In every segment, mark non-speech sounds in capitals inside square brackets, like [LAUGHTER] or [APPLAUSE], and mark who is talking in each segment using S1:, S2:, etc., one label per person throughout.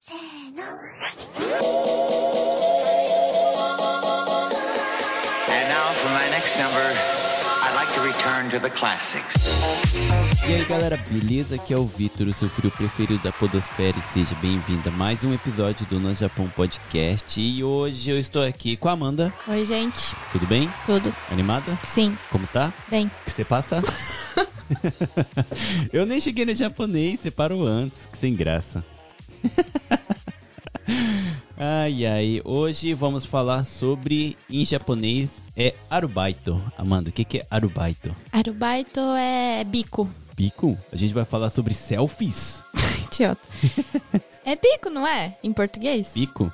S1: せーの
S2: And now for my next number, I'd like to return to the classics.
S3: E aí galera, beleza? Aqui é o Vitor, o seu filho preferido da Podosfera, e seja bem-vindo a mais um episódio do Nós Japão Podcast. E hoje eu estou aqui com a Amanda.
S4: Oi, gente.
S3: Tudo bem?
S4: Tudo?
S3: Animada?
S4: Sim.
S3: Como tá?
S4: Bem.
S3: O que você
S4: [LAUGHS]
S3: passa? eu nem cheguei no japonês, você parou antes, que sem graça. [LAUGHS] ai ai, hoje vamos falar sobre, em japonês, é arubaito. Amanda, o que, que é arubaito?
S4: Arubaito é bico. [LAUGHS]
S3: Bico? A gente vai falar sobre selfies?
S4: [LAUGHS] Idiota. é bico, não é? Em português?
S3: Bico?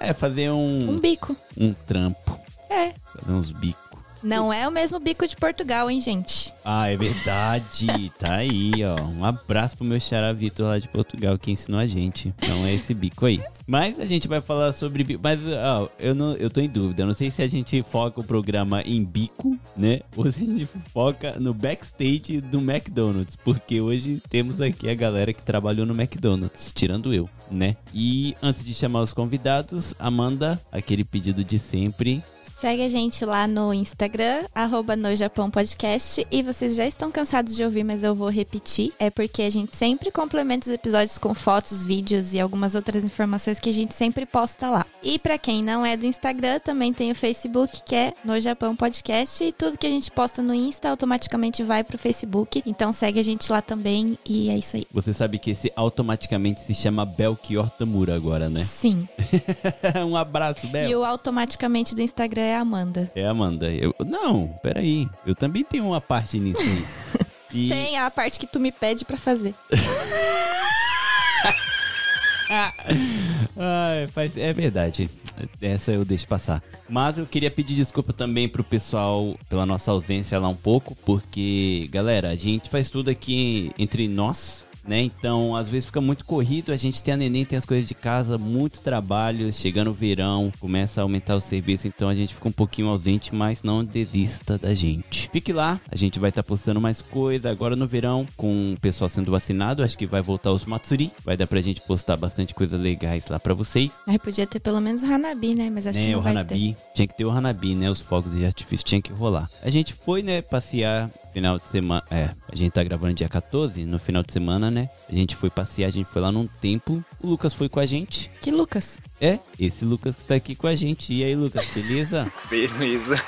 S4: É.
S3: É, fazer
S4: Um
S3: um,
S4: bico.
S3: um trampo.
S4: É.
S3: Fazer uns bicos.
S4: Não é o mesmo bico de Portugal, hein, gente?
S3: Ah, é verdade. tá aí, ó. Um abraço pro meu xará Vitor lá de Portugal que ensinou a gente. Então é esse bico aí. Mas a gente vai falar sobre bico. Mas ó, eu, não, eu tô em dúvida. Eu não sei se a gente foca o programa em bico, né? Ou se a gente foca no backstage do McDonald's. Porque hoje temos aqui a galera que trabalhou no McDonald's, tirando eu, né? E antes de chamar os convidados, Amanda, aquele pedido de sempre.
S4: Segue a gente lá no Instagram, arroba no Japão Podcast. E vocês já estão cansados de ouvir, mas eu vou repetir. É porque a gente sempre complementa os episódios com fotos, vídeos e algumas outras informações que a gente sempre posta lá. E pra quem não é do Instagram, também tem o Facebook, que é no Japão Podcast. E tudo que a gente posta no Insta automaticamente vai pro Facebook. Então segue a gente lá também. E é isso aí.
S3: Você sabe que esse automaticamente se chama Belchior Tamura agora, né?
S4: Sim.
S3: [LAUGHS] um abraço, Bel.
S4: E o automaticamente do Instagram é a Amanda.
S3: É, Amanda. Eu... Não, peraí. Eu também tenho uma parte nisso. aí.
S4: [LAUGHS]
S3: E...
S4: Tem a parte que tu me pede pra fazer.
S3: Ai, faz- É verdade. Essa eu deixo passar. Mas eu queria pedir desculpa também pro pessoal pela nossa ausência lá um pouco, porque, galera, a gente faz tudo aqui entre nós. Né? Então, às vezes fica muito corrido, a gente tem a neném, tem as coisas de casa, muito trabalho, chegando o verão, começa a aumentar o serviço, então a gente fica um pouquinho ausente, mas não desista da gente. Fique lá, a gente vai estar postando mais coisa agora no verão, com o pessoal sendo vacinado, acho que vai voltar os Matsuri, vai dar pra gente postar bastante coisa legais lá pra vocês.
S4: Aí podia ter pelo menos o Hanabi, né? Mas acho
S3: né,
S4: que não
S3: o
S4: vai ter.
S3: Hanabi, tinha que ter o Hanabi, né, os fogos de artifício tinha que rolar. A gente foi, né, passear final de semana, é, a gente tá gravando dia 14, no final de semana, né, a gente foi passear, a gente foi lá num tempo, o Lucas foi com a gente,
S4: Que Lucas?
S3: é, esse Lucas que tá aqui com a gente. E aí, Lucas, beleza?
S5: Beleza.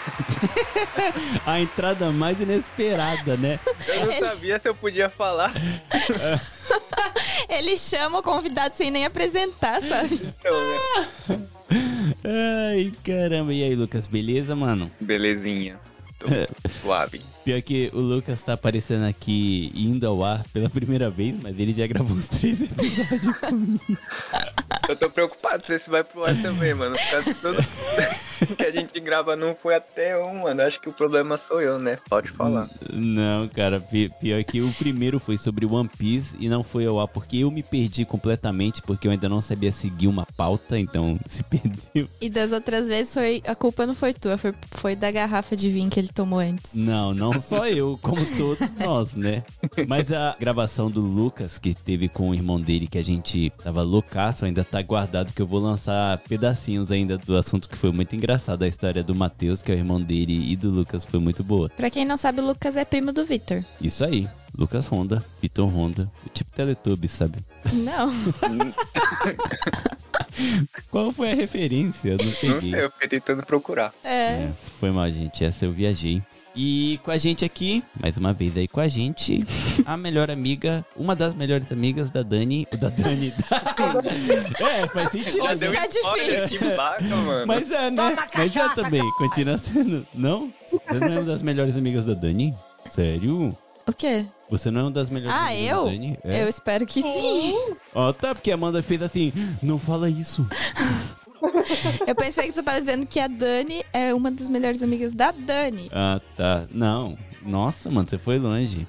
S3: [LAUGHS] A entrada mais inesperada, né?
S5: Eu não sabia se eu podia falar.
S4: Ele chama o convidado sem nem apresentar, sabe?
S5: Então, né?
S3: Ai, caramba. E aí, Lucas, beleza, mano?
S5: Belezinha. Tô suave.
S3: Pior que o Lucas tá aparecendo aqui indo ao ar pela primeira vez, mas ele já gravou os três episódios.
S5: Eu tô preocupado se esse vai pro ar também, mano. Por causa de tudo que a gente grava não foi até um, mano. Acho que o problema sou eu, né? Pode falar.
S3: Não, cara, pi- pior que o primeiro foi sobre One Piece e não foi ao ar, porque eu me perdi completamente, porque eu ainda não sabia seguir uma pauta, então se [LAUGHS] perdeu.
S4: [LAUGHS] E das outras vezes foi a culpa não foi tua, foi, foi da garrafa de vinho que ele tomou antes.
S3: Não, não só eu, como todos nós, né? Mas a gravação do Lucas, que teve com o irmão dele, que a gente tava loucaço, ainda tá guardado, que eu vou lançar pedacinhos ainda do assunto que foi muito engraçado. A história do Matheus, que é o irmão dele, e do Lucas foi muito boa.
S4: Pra quem não sabe, o Lucas é primo do Vitor.
S3: Isso aí, Lucas Honda, Vitor Honda, tipo Teletubbies, sabe?
S4: Não.
S3: Qual foi a referência? Eu não peguei.
S5: Não sei, eu fiquei tentando procurar.
S4: [LAUGHS] É.
S3: É, foi mal, gente. Essa eu viajei. E com a gente aqui, mais uma vez aí com a gente, a melhor amiga, uma das melhores amigas da Dani. Da Dani. Da... É, faz sentido.
S4: Hoje
S3: né?
S4: tá
S5: um spoiler, Que vaca, mano.
S3: Mas é, né? Mas é também. Continua sendo. Não? Você não é uma das melhores amigas da Dani? Sério?
S4: O quê?
S3: Você não é uma das melhores
S4: Ah,
S3: amigas
S4: eu?
S3: da Dani? É.
S4: Eu espero que sim.
S3: Ó, tá, porque a Amanda fez assim. Não fala isso.
S4: Eu pensei que tu tava dizendo que a Dani é uma das melhores amigas da Dani.
S3: Ah, tá. Não. Nossa, mano, você foi longe.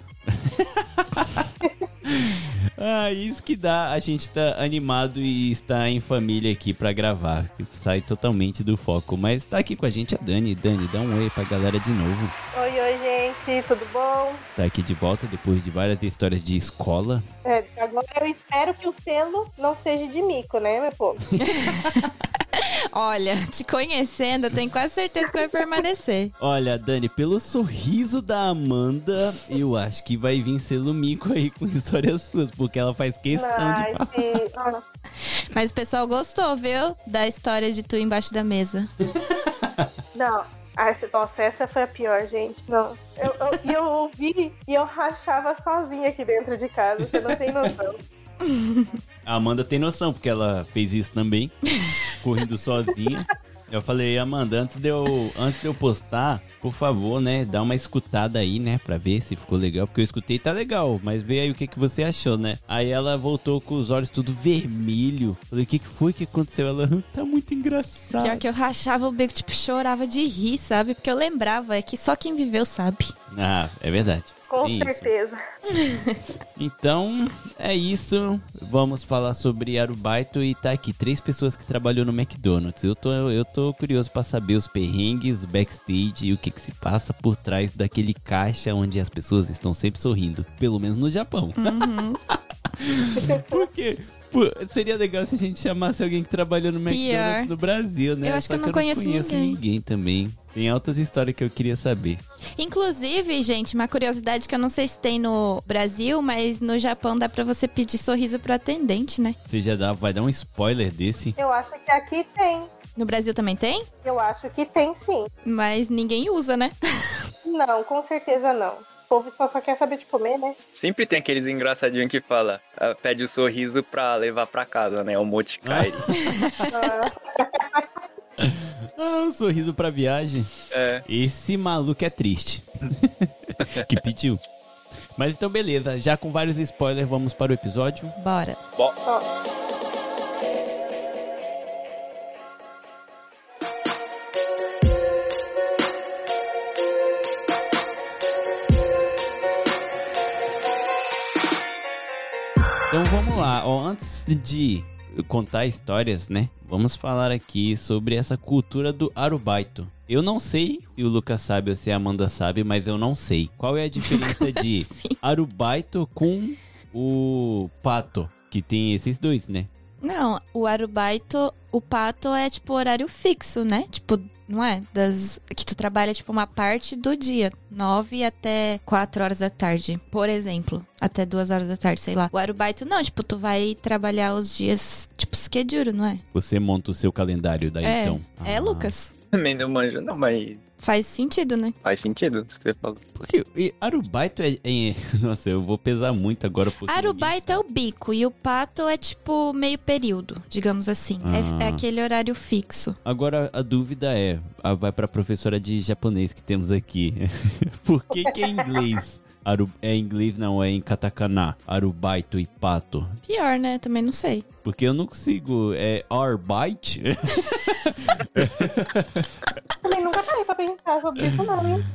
S3: ah, isso que dá. A gente tá animado e está em família aqui pra gravar. que Sai totalmente do foco. Mas tá aqui com a gente a Dani. Dani, dá um oi pra galera de novo.
S6: Oi, oi, gente.
S1: gente, tudo bom?
S3: Tá aqui de volta depois de várias histórias de escola.
S1: É, agora eu espero que o selo não seja de mico, né, meu
S3: [LAUGHS]
S1: povo?
S4: Olha, te conhecendo, eu tenho quase certeza que vai permanecer.
S3: Olha, Dani, pelo sorriso da Amanda, eu acho que vai vir selo mico aí com histórias suas, porque ela faz questão de
S1: Mas,
S3: falar.
S1: se- ah,
S4: Mas o pessoal gostou, viu? Da história de tu embaixo da mesa.
S1: Não. Ah, essa, nossa, essa foi a pior, gente. Não. Eu, eu- e eu ouvi e eu rachava sozinha aqui dentro de casa, você não tem noção.
S3: A Amanda tem noção, porque ela fez isso também, correndo sozinha. Eu falei, Amanda, antes de, eu, antes de eu postar, por favor, né, dá uma escutada aí, né, pra ver se ficou legal. Porque eu escutei, tá legal, mas vê aí o que, que você achou, né? Aí ela voltou com os olhos tudo vermelho. Falei, o que, que foi que aconteceu? Ela, tá muito engraçado.
S4: Pior que eu rachava o bico, tipo, chorava de rir, sabe? Porque eu lembrava, é que só quem viveu sabe.
S3: Ah, é verdade.
S1: Com
S3: Tem isso.
S1: certeza. [LAUGHS]
S3: Então, é isso. Vamos falar sobre Arubaito e tá aqui três pessoas que trabalhou no McDonald's. Eu tô, eu tô curioso pra saber os perrengues, o backstage e o que, que se passa por trás daquele caixa onde as pessoas estão sempre sorrindo. Pelo menos no Japão.
S4: Hum.
S3: por quê? Pô, seria legal se a gente chamasse alguém que trabalhou no McDonald's
S4: Pior.
S3: no Brasil, né?
S4: Eu acho
S3: Só
S4: que eu não conheço ninguém.
S3: ninguém também. Tem altas histórias que eu queria saber.
S4: [LAUGHS] Inclusive, gente, uma curiosidade que eu não sei se tem no Brasil, mas no Japão dá pra você pedir sorriso pro atendente, né?
S3: Você já dá, vai dar um spoiler desse?
S1: Eu acho que aqui tem.
S4: No Brasil também tem,
S1: Eu acho que tem sim.
S4: mas ninguém usa, né?
S1: Não, com certeza não. O povo só, só quer saber de comer, né?
S5: Sempre tem aqueles engraçadinhos que fala, ah, pede o sorriso pra levar pra casa, né? O Moticai.
S1: Ah,
S3: Ah, um sorriso pra viagem.
S5: É.
S3: Esse maluco é triste. [LAUGHS] que pediu. Mas então, beleza. Já com vários spoilers, vamos para o episódio.
S4: Bora.
S5: Bom,
S3: Então, vamos lá. Ó, antes de contar histórias, né? Vamos falar aqui sobre essa cultura do arubaito. Eu não sei, e o Lucas sabe ou se a Amanda sabe, mas eu não sei. Qual é a
S4: [LAUGHS]
S3: diferença de arubaito com o pato? Que tem esses dois, né?
S4: Não, o arubaito, o pato é tipo horário fixo, né? Tipo, não é? Das, que tu trabalha tipo uma parte do dia, nove até quatro horas da tarde, por exemplo, até duas horas da tarde, sei lá. O arubaito não, tipo, tu vai trabalhar os dias, tipo, schedule, não é?
S3: Você monta o seu calendário daí,
S4: é,
S3: então.
S4: é
S3: Ah.
S4: Lucas.
S5: também não manjo, não, mas
S4: Faz sentido, né?
S5: faz sentido o que você falou.
S3: Porque e arubaito é, é- [LAUGHS] Nossa, eu vou pesar muito agora porque.
S4: Arubaito é o bico e o pato é tipo meio período, digamos assim.
S3: Ah.
S4: É- é aquele horário fixo.
S3: Agora a dúvida é: a- vai pra professora de japonês que temos aqui. [LAUGHS] Por que, que é inglês? Aru, é inglês, não, é em katakana. Arubaito e pato.
S4: Pior, né? Também não sei.
S3: Porque eu não consigo. É arbite?
S1: também nunca parei pra pensar sobre isso, não, hein?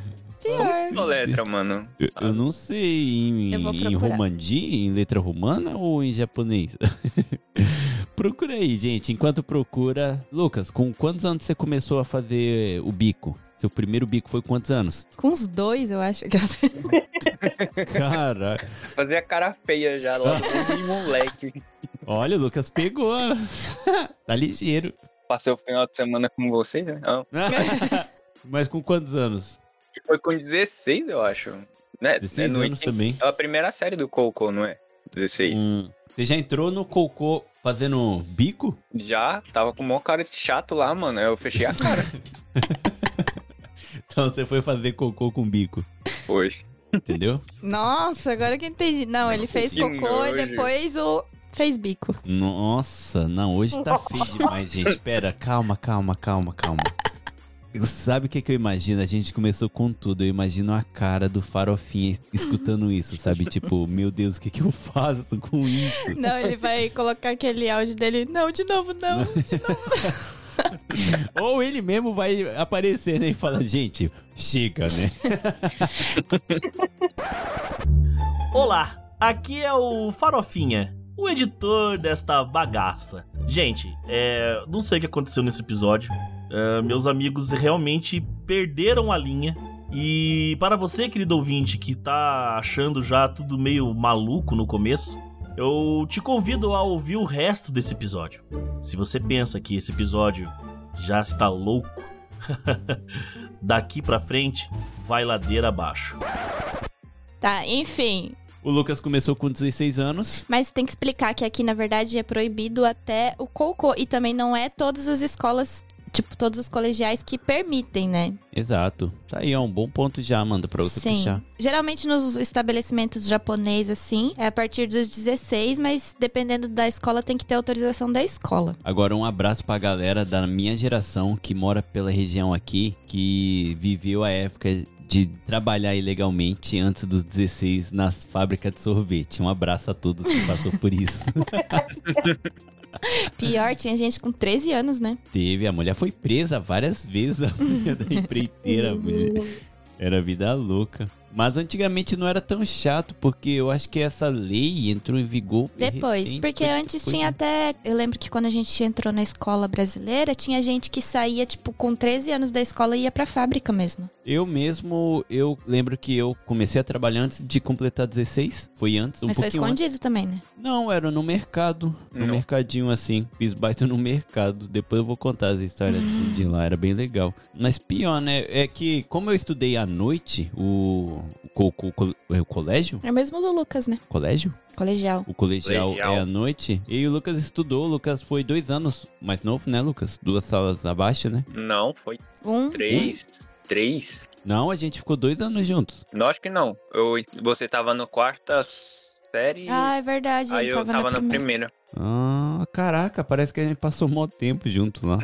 S4: Pior.
S5: Só letra, mano.
S3: Eu, eu não sei em,
S4: Eu vou
S3: em
S4: procurar.
S3: romandi, em letra romana ou em japonês. [LAUGHS] Procura aí, gente. Enquanto procura. Lucas, com quantos anos você começou a fazer o bico? Seu primeiro bico foi quantos
S4: [LAUGHS]
S3: anos?
S4: Com os dois, eu acho. [LAUGHS]
S3: Cara,
S5: Fazer a cara feia já,
S3: [LAUGHS]
S5: logo de moleque.
S3: olha, o Lucas pegou. [LAUGHS] tá
S4: [LAUGHS]
S3: ligeiro.
S5: Passei o final de semana com vocês, né? Ah,
S3: Mas com quantos anos?
S5: Foi com 16, eu acho. Né?
S3: 16
S5: É no
S3: anos
S5: último-
S3: também.
S5: É a primeira série do Coco, não é? 16.
S3: Hum. Você já entrou no cocô fazendo bico? [LAUGHS]
S5: Já tava com o maior cara de chato lá, mano. Aí Eu fechei a
S3: [LAUGHS]
S5: cara.
S3: Então você foi fazer cocô com bico,
S5: Foi.
S3: entendeu?
S4: Nossa, agora que eu entendi. Não, ele fez
S5: Que
S4: cocô e
S5: nojo.
S4: depois o. Fez bico.
S3: Nossa, não, hoje tá feio demais, gente. Pera, calma, calma, calma, calma. Sabe o que, que eu imagino? A gente começou com tudo. Eu imagino a cara do farofinha escutando isso, sabe? Tipo, meu Deus, o que, que eu faço com isso?
S4: Não, ele vai
S3: [LAUGHS]
S4: colocar aquele áudio dele. Não, de novo, não.
S3: Ou ele mesmo vai aparecer, né? E fala, gente, chega, né?
S6: Olá, aqui é o Farofinha, o editor desta bagaça. Gente, é, não sei o que aconteceu nesse episódio. É, meus amigos realmente perderam a linha E para você, querido ouvinte, que tá achando já tudo meio maluco no começo, eu te convido a ouvir o resto desse episódio. Se você pensa que esse episódio já está louco, [LAUGHS] daqui pra frente vai ladeira abaixo.
S4: Tá, enfim.
S3: O Lucas começou com 16 anos.
S4: Mas tem que explicar que aqui, na verdade, é proibido até o cocô. E também não é todas as escolas, tipo, todos os colegiais que permitem, né?
S3: Exato. Tá aí, é um bom ponto já, Amanda, pra você
S4: Sim.
S3: puxar.
S4: Geralmente nos estabelecimentos japoneses, assim, é a partir dos 16, mas dependendo da escola, tem que ter autorização da escola.
S3: Agora, um abraço pra galera da minha geração que mora pela região aqui, que viveu a época de trabalhar ilegalmente antes dos 16 nas fábricas de sorvete. Um abraço a todos que passou por isso. É.
S4: Pior, tinha gente com 13 anos, né?
S3: Teve, a mulher foi presa várias vezes, a mulher da empreiteira, a mulher. Era vida louca. Mas antigamente não era tão chato, porque eu acho que essa lei entrou em vigor
S4: Depois,
S3: recente,
S4: porque
S3: foi
S4: antes
S3: depois,
S4: tinha
S3: né?
S4: até. Eu lembro que quando a gente entrou na escola brasileira, tinha gente que saía, tipo, com 13 anos da escola e ia pra fábrica mesmo.
S3: Eu mesmo, eu lembro que eu comecei a trabalhar antes de completar 16. Foi antes, um
S4: Mas foi
S3: pouquinho antes.
S4: escondido também, né?
S3: Não, era no mercado. No
S5: Não.
S3: mercadinho assim. Fiz baita no mercado. Depois eu vou contar as histórias de lá. Era bem legal. Mas pior, né? É que, como eu estudei à noite, o. O, co- co- co- é o colégio?
S4: É o mesmo do Lucas, né?
S3: Colégio?
S4: Colegial.
S3: O colegial,
S5: Colegial.
S3: é à noite. E o Lucas estudou. O Lucas foi dois anos mais novo, né, Lucas? Duas salas abaixo, né?
S5: Não, foi
S4: Um.
S5: três. Três?
S3: Não, a gente ficou dois anos juntos.
S5: Não, acho que não. Eu, você tava no quarta série.
S4: Ah, é verdade.
S5: aí
S4: ele
S5: eu tava, na,
S4: primeira.
S5: primeira.
S3: Ah, caraca, parece que a gente passou mó tempo junto lá.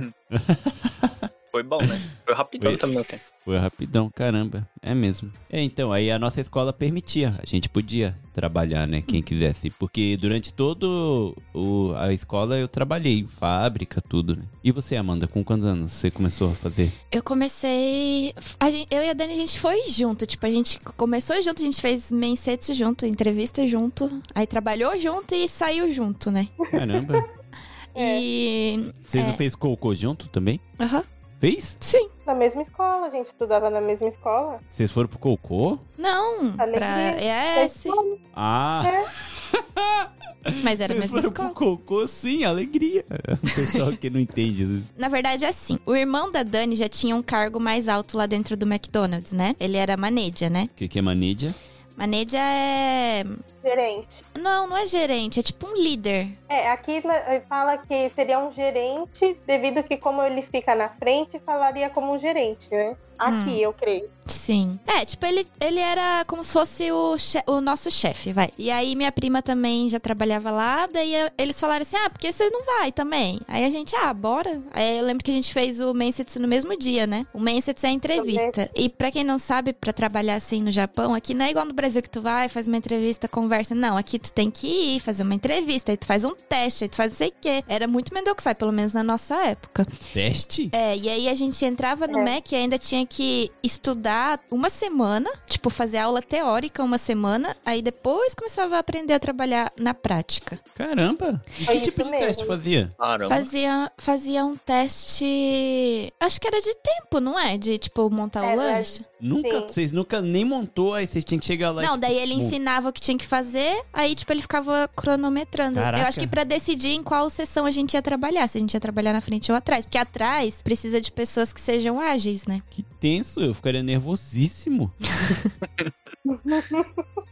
S5: Foi bom, né? Foi rapidão
S3: Foi.
S5: também o tempo.
S3: Foi rapidão, caramba. É mesmo. É, então, aí a nossa escola permitia. A gente podia trabalhar, né? Quem quisesse. Porque durante todo o, a escola eu trabalhei. em Fábrica, tudo, né? E você, Amanda, com quantos anos você começou a fazer?
S4: Eu comecei. a gente- eu e a Dani, a gente foi junto. Tipo, a gente começou junto, a gente fez mensetes junto, entrevista junto. Aí trabalhou junto e saiu junto, né?
S3: Caramba.
S1: É.
S4: E.
S3: Você não
S4: É.
S3: fez cocô junto também?
S4: Aham.
S3: Fez?
S4: Sim.
S1: Na mesma escola, a gente estudava na mesma escola.
S3: Vocês foram pro cocô?
S4: Não.
S1: Falei
S4: Pra...
S1: que-
S4: É, sim.
S3: Ah!
S4: Mas era a
S3: Vocês
S4: mesma
S3: foram
S4: escola.
S3: pro cocô, sim, alegria. É, O pessoal que não entende.
S4: Na verdade, é assim. O irmão da Dani já tinha um cargo mais alto lá dentro do McDonald's, né? Ele era maneja, né?
S3: O que, que é manídia?
S4: Maneja é.
S1: Gerente.
S4: Não, não é gerente, é tipo um líder.
S1: É, aqui na- fala que seria um gerente, devido que como ele fica na frente, falaria como um gerente, né? Aqui, eu creio.
S4: Sim. É, tipo, ele, ele era como se fosse o, che- o nosso chefe, vai. E aí minha prima também já trabalhava lá, daí eu- eles falaram assim, ah, porque você não vai também? Aí a gente, ah, bora. Aí eu lembro que a gente fez o Mensetsu no mesmo dia, né? O Mensetsu é a entrevista. E pra quem não sabe, pra trabalhar assim no Japão, aqui não é igual no Brasil que tu vai, faz uma entrevista, conversa. Não, aqui tu tem que ir, fazer uma entrevista, aí tu faz um teste, aí tu faz não sei o quê. Era muito mendokusai, pelo menos na nossa época.
S3: Teste?
S4: É, e aí a gente entrava no
S1: É.
S4: MEC e ainda tinha que estudar uma semana, tipo, fazer aula teórica uma semana, aí depois começava a aprender a trabalhar na prática.
S3: Caramba! E
S1: Foi
S3: que tipo de
S1: isso
S3: teste
S1: mesmo.
S3: fazia?
S5: Caramba.
S4: Fazia, fazia um teste. Acho que era de tempo, não é? De, tipo, montar
S1: É,
S4: o
S1: era
S4: lanche.
S3: Nunca,
S1: Sim.
S3: vocês nunca nem montou, aí vocês tinham que chegar lá e,
S4: Não,
S3: tipo,
S4: daí ele
S3: mon-
S4: ensinava o que tinha que fazer, aí, tipo, ele ficava cronometrando.
S3: Caraca.
S4: Eu acho que pra decidir em qual sessão a gente ia trabalhar, se a gente ia trabalhar na frente ou atrás. Porque atrás precisa de pessoas que sejam ágeis, né?
S3: Que tenso, eu ficaria nervosíssimo.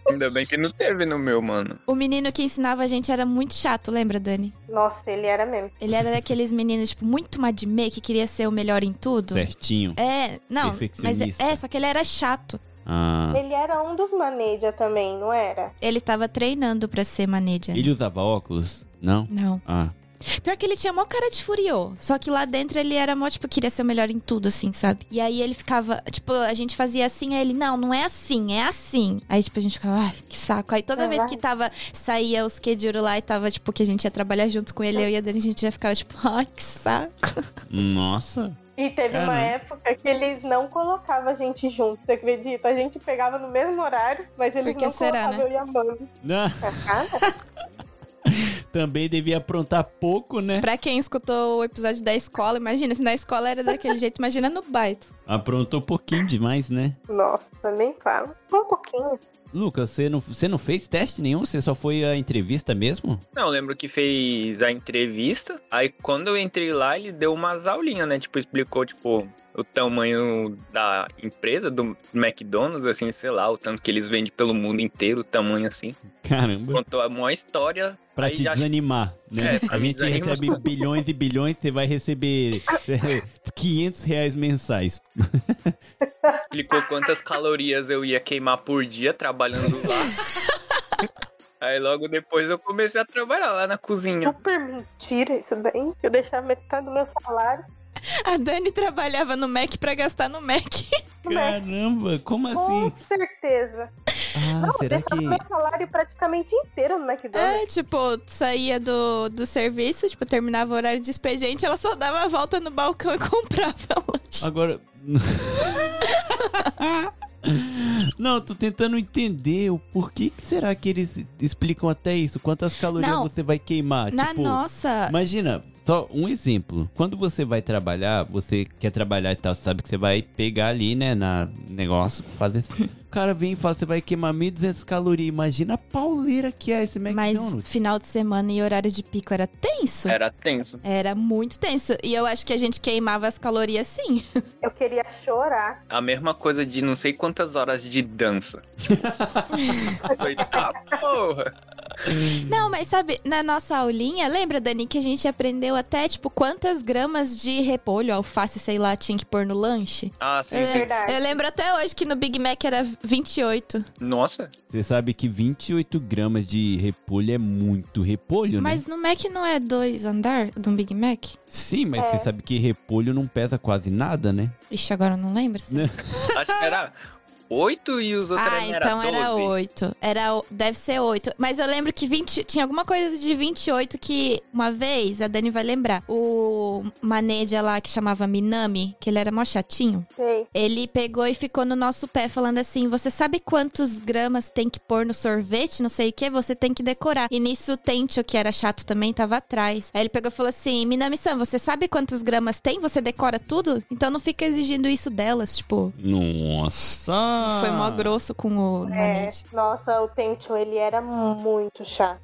S5: Ainda bem que não teve no meu, mano.
S4: O menino que ensinava a gente era muito chato, lembra, Dani?
S1: Nossa, ele era mesmo.
S4: Ele era daqueles meninos, tipo, muito madme, que queria ser o melhor em tudo.
S3: Certinho.
S4: É, não, mas é,
S3: Perfeccionista.
S4: é, só que ele era chato.
S3: Ah.
S1: Ele era um dos maneja também, não era?
S4: Ele tava treinando pra ser maneja.
S3: Ele usava óculos? Não?
S4: Não.
S3: Ah.
S4: Pior que ele tinha mó cara de furiô. Só que lá dentro ele era mó, tipo, queria ser o melhor em tudo, assim, sabe? E aí ele ficava, tipo, a gente fazia assim, aí ele, não, não é assim, é assim. Aí, tipo, a gente ficava, ai, que saco. Aí toda vez que tava, saía os Kediro lá e tava, tipo, que a gente ia trabalhar junto com ele, eu e a Dani, a gente já ficava, tipo, ai, que saco.
S3: Nossa.
S1: E teve uma
S3: Caramba.
S1: época que eles não colocavam a gente junto, você acredita? A gente pegava no mesmo horário, mas eles
S4: Por que
S1: não
S4: será,
S1: colocavam eu e a Amanda.
S3: Ah,
S1: Sacada?
S3: Também devia aprontar pouco, né?
S4: Pra quem escutou o episódio da escola, imagina, se na escola era daquele jeito, imagina no baito.
S3: Aprontou pouquinho demais, né?
S1: Nossa, nem fala. Um pouquinho.
S3: Lucas, você não, você não fez teste nenhum? Você só foi à entrevista mesmo?
S5: Não, eu lembro que fez a entrevista. Aí quando eu entrei lá, ele deu umas aulinhas, né? Tipo, explicou, tipo, o tamanho da empresa, do McDonald's, assim, sei lá, o tanto que eles vendem pelo mundo inteiro, o tamanho assim.
S3: Caramba.
S5: Contou a maior história.
S3: Pra
S5: aí
S3: te
S5: já-
S3: desanimar, né?
S5: É, pra
S3: a
S5: me
S3: gente
S5: desanimar.
S3: recebe bilhões e bilhões, você vai receber [LAUGHS] eh, 500 reais mensais.
S5: explicou quantas calorias eu ia queimar por dia trabalhando lá. Aí logo depois eu comecei a trabalhar lá na cozinha.
S1: Super mentira isso daí. Eu deixava metade do meu salário.
S4: A Dani trabalhava no Mac pra gastar no Mac. é?
S1: Né?
S3: Caramba, como
S1: Com
S3: assim?
S1: certeza.
S3: Ah,
S1: Não,
S3: será
S1: deixava
S3: que.
S1: meu salário praticamente inteiro no McDonald's.
S4: É, tipo, saía do, do serviço, tipo, terminava o horário de expediente, ela só dava a volta no balcão e [LAUGHS] comprava o lanche.
S3: Agora. [LAUGHS] Não, eu tô tentando entender o porquê que será que eles explicam até isso. Quantas calorias
S4: Não.
S3: você vai queimar?
S4: Na
S3: tipo,
S4: nossa,
S3: imagina, só um exemplo. Quando você vai trabalhar, você quer trabalhar e tal, você sabe que você vai pegar ali, né, na negócio, fazer.
S4: [LAUGHS]
S3: o cara vem e fala, você vai queimar 1.200 calorias. Imagina a pauleira que é esse
S4: mas
S3: McDonald's. É.
S4: final de semana e horário de pico era tenso.
S5: Era tenso.
S4: Era muito tenso. E eu acho que a gente queimava as calorias sim.
S1: Eu queria chorar.
S5: A mesma coisa de não sei quantas horas de dança. Tipo, foi, tá porra.
S4: Não, mas sabe, na nossa aulinha, lembra, Dani, que a gente aprendeu até, tipo, quantas gramas de repolho, alface, sei lá, tinha que pôr no lanche?
S5: Ah, sim, sim.
S1: É Verdade.
S4: Eu lembro até hoje que no Big Mac era 28.
S5: Né? Nossa,
S3: Você sabe que 28 gramas de repolho é muito repolho, né?
S4: Mas no Mac não é dois andar de um Big Mac?
S3: Sim, mas
S1: É.
S3: você sabe que repolho não pesa quase nada, né?
S4: Ixi, agora eu não lembro. sabe?
S5: acho que era oito e os outros
S4: Ah,
S5: eram era
S4: então era
S5: 12.
S4: 8. Era, o- deve ser 8. Mas eu lembro que 20, tinha alguma coisa de 28 que uma vez, a Dani vai lembrar, o maneja lá que chamava Minami, que ele era mó chatinho,
S1: Sei.
S4: ele pegou e ficou no nosso pé falando assim: Você sabe quantos gramas tem que pôr no sorvete? Não sei o que, você tem que decorar. E nisso o Tencho, que era chato também, tava atrás. Aí ele pegou e falou assim: Minami-san, você sabe quantas gramas tem? Você decora tudo? Então não fica exigindo isso delas, tipo.
S3: Nossa!
S4: Foi mó grosso com o
S1: É,
S4: Maneja.
S1: nossa, o Tension, ele era muito chato.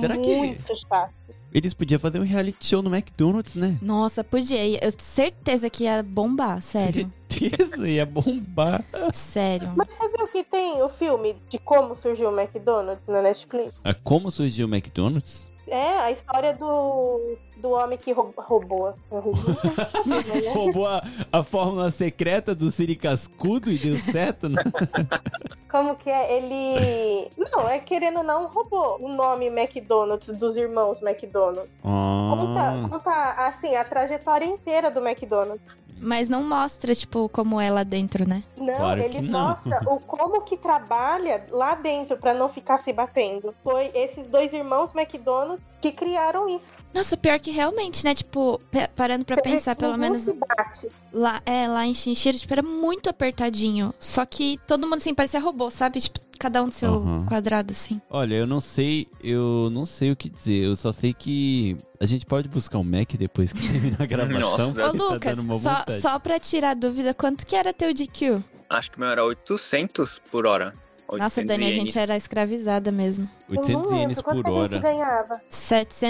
S3: Será que-
S1: Muito chato.
S3: Eles podiam fazer um reality show no McDonald's, né?
S4: Nossa, podia. Eu tenho certeza que ia bombar, sério.
S3: Certeza, ia bombar.
S4: [LAUGHS] sério.
S1: Mas você viu que tem o filme de como surgiu o McDonald's na Netflix?
S3: Ah, Como surgiu o McDonald's?
S1: É, a história do, do homem que rou- roubou. assim, roubou.
S3: [LAUGHS] Roubou a, a fórmula secreta do Siri Cascudo e deu certo? né?
S1: Como que é? Ele. Não, é querendo ou não, roubou o nome McDonald's dos irmãos McDonald's. Conta,
S3: Ah,
S1: conta assim, a trajetória inteira do McDonald's.
S4: Mas não mostra, tipo, como é lá dentro, né?
S1: Não,
S3: Claro
S1: ele
S3: que não.
S1: mostra
S3: [LAUGHS]
S1: o como que trabalha lá dentro pra não ficar se batendo. Foi esses dois irmãos McDonald's que criaram isso.
S4: Nossa, pior que realmente, né? Tipo, pe- parando
S1: É,
S4: pra pensar, pelo
S1: Ninguém
S4: menos
S1: se bate.
S4: lá, é, lá em Chinchiro, tipo, era muito apertadinho. Só que todo mundo, assim, parecia robô, sabe? Tipo, cada um do seu
S3: Aham.
S4: quadrado, assim.
S3: Olha, eu não sei, eu não sei o que dizer. Eu só sei que a gente pode buscar o Mac depois que terminar a gravação.
S5: Nossa.
S4: Ô,
S3: porque tá
S4: Lucas,
S3: dando uma
S4: só,
S3: vontade.
S4: só pra tirar a dúvida, quanto que era teu DQ?
S5: Acho que o meu era 800 por hora.
S4: Nossa,
S5: 800
S4: Dani, a
S5: ienes.
S4: gente era escravizada mesmo.
S1: Eu não
S3: 800 ienes
S1: lembro quanto
S3: por
S1: a gente
S3: hora.
S1: ganhava.